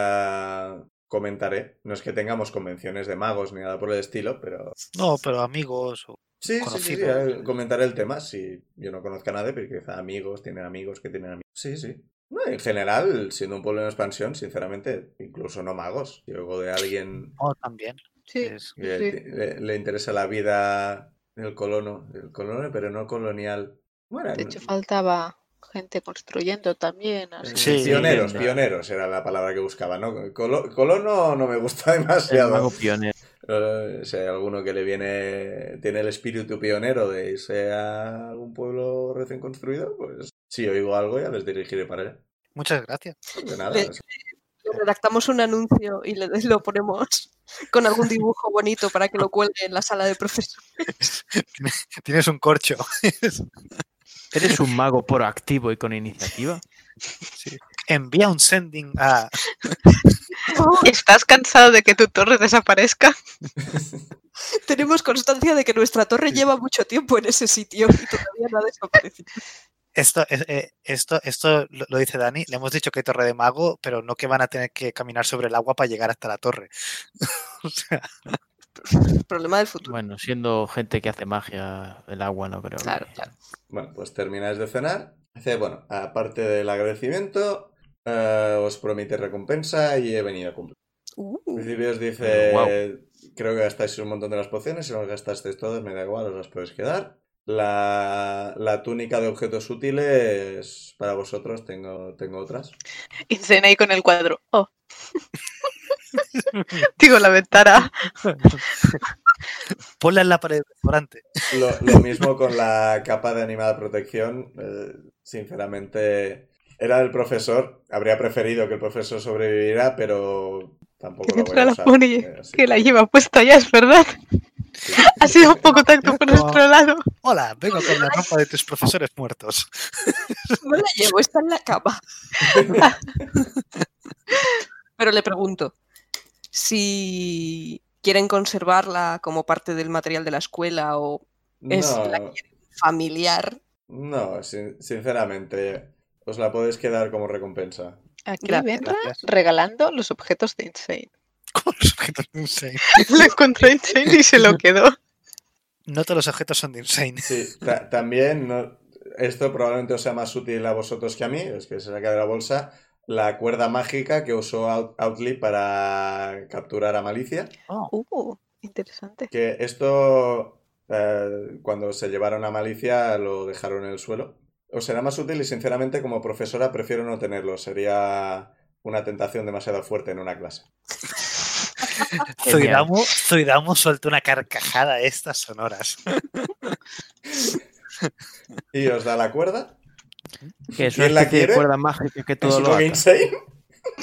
Ya comentaré. No es que tengamos convenciones de magos ni nada por el estilo, pero No, pero amigos, o- sí, sí, sí, sí, Conocido. ya comentaré el tema. Si yo no conozco a nadie, pero quizá amigos tienen amigos que tienen amigos. Sí, sí. No, en general, siendo un pueblo en expansión, sinceramente, incluso no magos. Si luego de alguien o también. Sí, es- que Sí. ti- le, le interesa la vida del colono, del colono, pero no colonial. Bueno, De hecho, faltaba gente construyendo también. así. Sí, pioneros, sí. pioneros era la palabra que buscaba, ¿no? Colo- colono no me gusta [LAUGHS] El demasiado. mago pionero. Eh, si hay alguno que le viene, tiene el espíritu pionero de irse a algún pueblo recién construido, pues si oigo algo ya les dirigiré para allá. Pues Muchas gracias. De nada, Le- le redactamos un anuncio y le, [LAUGHS] lo ponemos con algún dibujo bonito para que lo cuelgue en la sala de profesor. [LAUGHS] Tienes un corcho. ¿Eres un mago proactivo y con iniciativa? Envía un sending a. ¿Estás cansado de que tu torre desaparezca? Tenemos constancia de que nuestra torre lleva mucho tiempo en ese sitio y todavía no ha desaparecido. Esto, es- eh, esto, esto lo, lo dice Dani. Le hemos dicho que hay Torre de Mago, pero no que van a tener que caminar sobre el agua para llegar hasta la torre. O sea, El problema del futuro. Bueno, siendo gente que hace magia, el agua no creo. que- Claro, claro. Bueno, pues termináis de cenar. Dice, bueno, aparte del agradecimiento, eh, os promete recompensa y he venido a cumplir. Al Uh, principio os dice, Guau. creo que gastáis un montón de las pociones, si no las gastasteis todas, me da igual, os las podéis quedar. La, la túnica de objetos útiles para vosotros, tengo, tengo otras. Y cena ahí con el cuadro. Oh. [LAUGHS] Digo, la ventana. Ponla en la pared del restaurante. Lo, lo mismo con la capa de animada protección, eh, sinceramente, era del profesor, habría preferido que el profesor sobreviviera, pero tampoco lo voy Mientras a la usar. pone, eh, así Que la que- lleva puesta ya, es [LAUGHS] verdad. sí. Ha sido un poco tacto por nuestro lado. Hola, vengo con la ropa de tus profesores muertos. no la llevo, está en la cama. Pero le pregunto si quieren conservarla como parte del material de la escuela o [LAUGHS] Es la No. familiar. No, sin- sinceramente, os la podéis quedar como recompensa. Aquí Gracias, Benra [LAUGHS] gracias. regalando los objetos de [LAUGHS] Insane. Con los objetos de Insane. Lo encontró Insane y se lo quedó. No todos los objetos son de Insane. Sí, ta- también no- esto probablemente os sea más útil a vosotros que a mí, es que se saca de la bolsa la cuerda mágica que usó Out- Outly para capturar a Malicia, Uh, interesante. [LAUGHS] que esto eh, cuando se llevaron a Malicia lo dejaron en el suelo. Os será más útil y sinceramente como profesora prefiero no tenerlo, sería una tentación demasiado fuerte en una clase. Genial. Zuidamu, Zuidamu suelta una carcajada de estas sonoras. Y os da la cuerda, [LAUGHS] Que es ¿Quién una la especie de quiere? cuerda mágica que todo es lo lo ata. insane.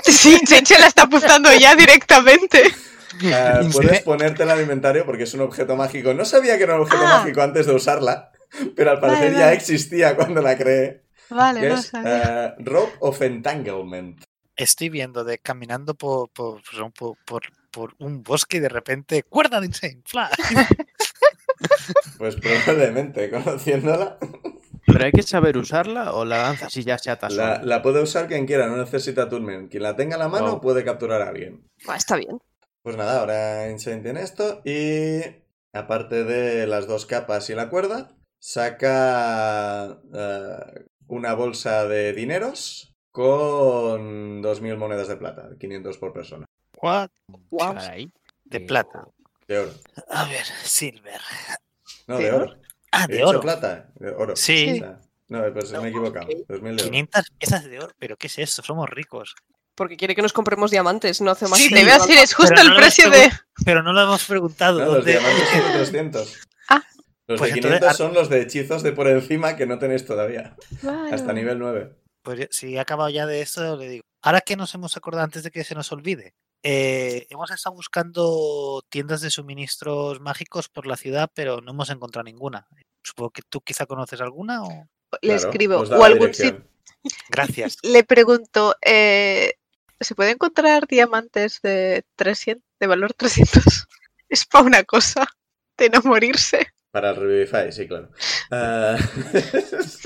Sí, Insane se la está apuntando ya directamente. [LAUGHS] Ah, Inspe- puedes ponértela al inventario porque es un objeto mágico. No sabía que era un objeto Ah. mágico antes de usarla, pero al Vale, parecer ya vale. existía cuando la creé. Vale, que no es sabía. ah, Rope of Entanglement. Estoy viendo de caminando por, por, por, por- por un bosque y de repente cuerda de insane flash. Pues probablemente, [LAUGHS] conociéndola. ¿Pero hay que saber usarla o la lanza si ya se ata La, sola? la puede usar quien quiera, no necesita turmen. Quien la tenga en la mano Wow. puede capturar a alguien. Ah, está bien. Pues nada, ahora Insane tiene esto y aparte de las dos capas y la cuerda, saca eh, una bolsa de dineros con 2.000 monedas de plata, 500 por persona, What? Guau. Caray. De Eh, plata. de oro. A ver, silver. No, ¿De de oro. Ah, He de dicho oro. plata, de oro. Sí. O sea, no, pues me he equivocado. 2.000 de oro. 500 piezas de oro. ¿Pero qué es eso? Somos ricos. Porque quiere que nos compremos diamantes, no hace más Sí, que te voy a llevar- decir, es justo Pero el no lo precio estuvo- de. Pero no lo hemos preguntado. No, los ¿dónde- diamantes son de 300. Ah. Los Pues de entonces- 500 son los de hechizos de por encima que no tenéis todavía. Vale. Hasta nivel 9. [LAUGHS] Pues ya- si he acabado ya de eso, le digo. Ahora que nos hemos acordado antes de que se nos olvide, eh, hemos estado buscando tiendas de suministros mágicos por la ciudad, pero no hemos encontrado ninguna. Supongo que tú quizá conoces alguna [LAUGHS] o. Le Claro, pues escribo. os da O la algún dirección. sitio. Gracias. Le pregunto, eh, ¿se puede encontrar diamantes de 300, de valor 300? [LAUGHS] Es para una cosa, de no morirse. Para el Revivify, sí, claro. Ah, [LAUGHS]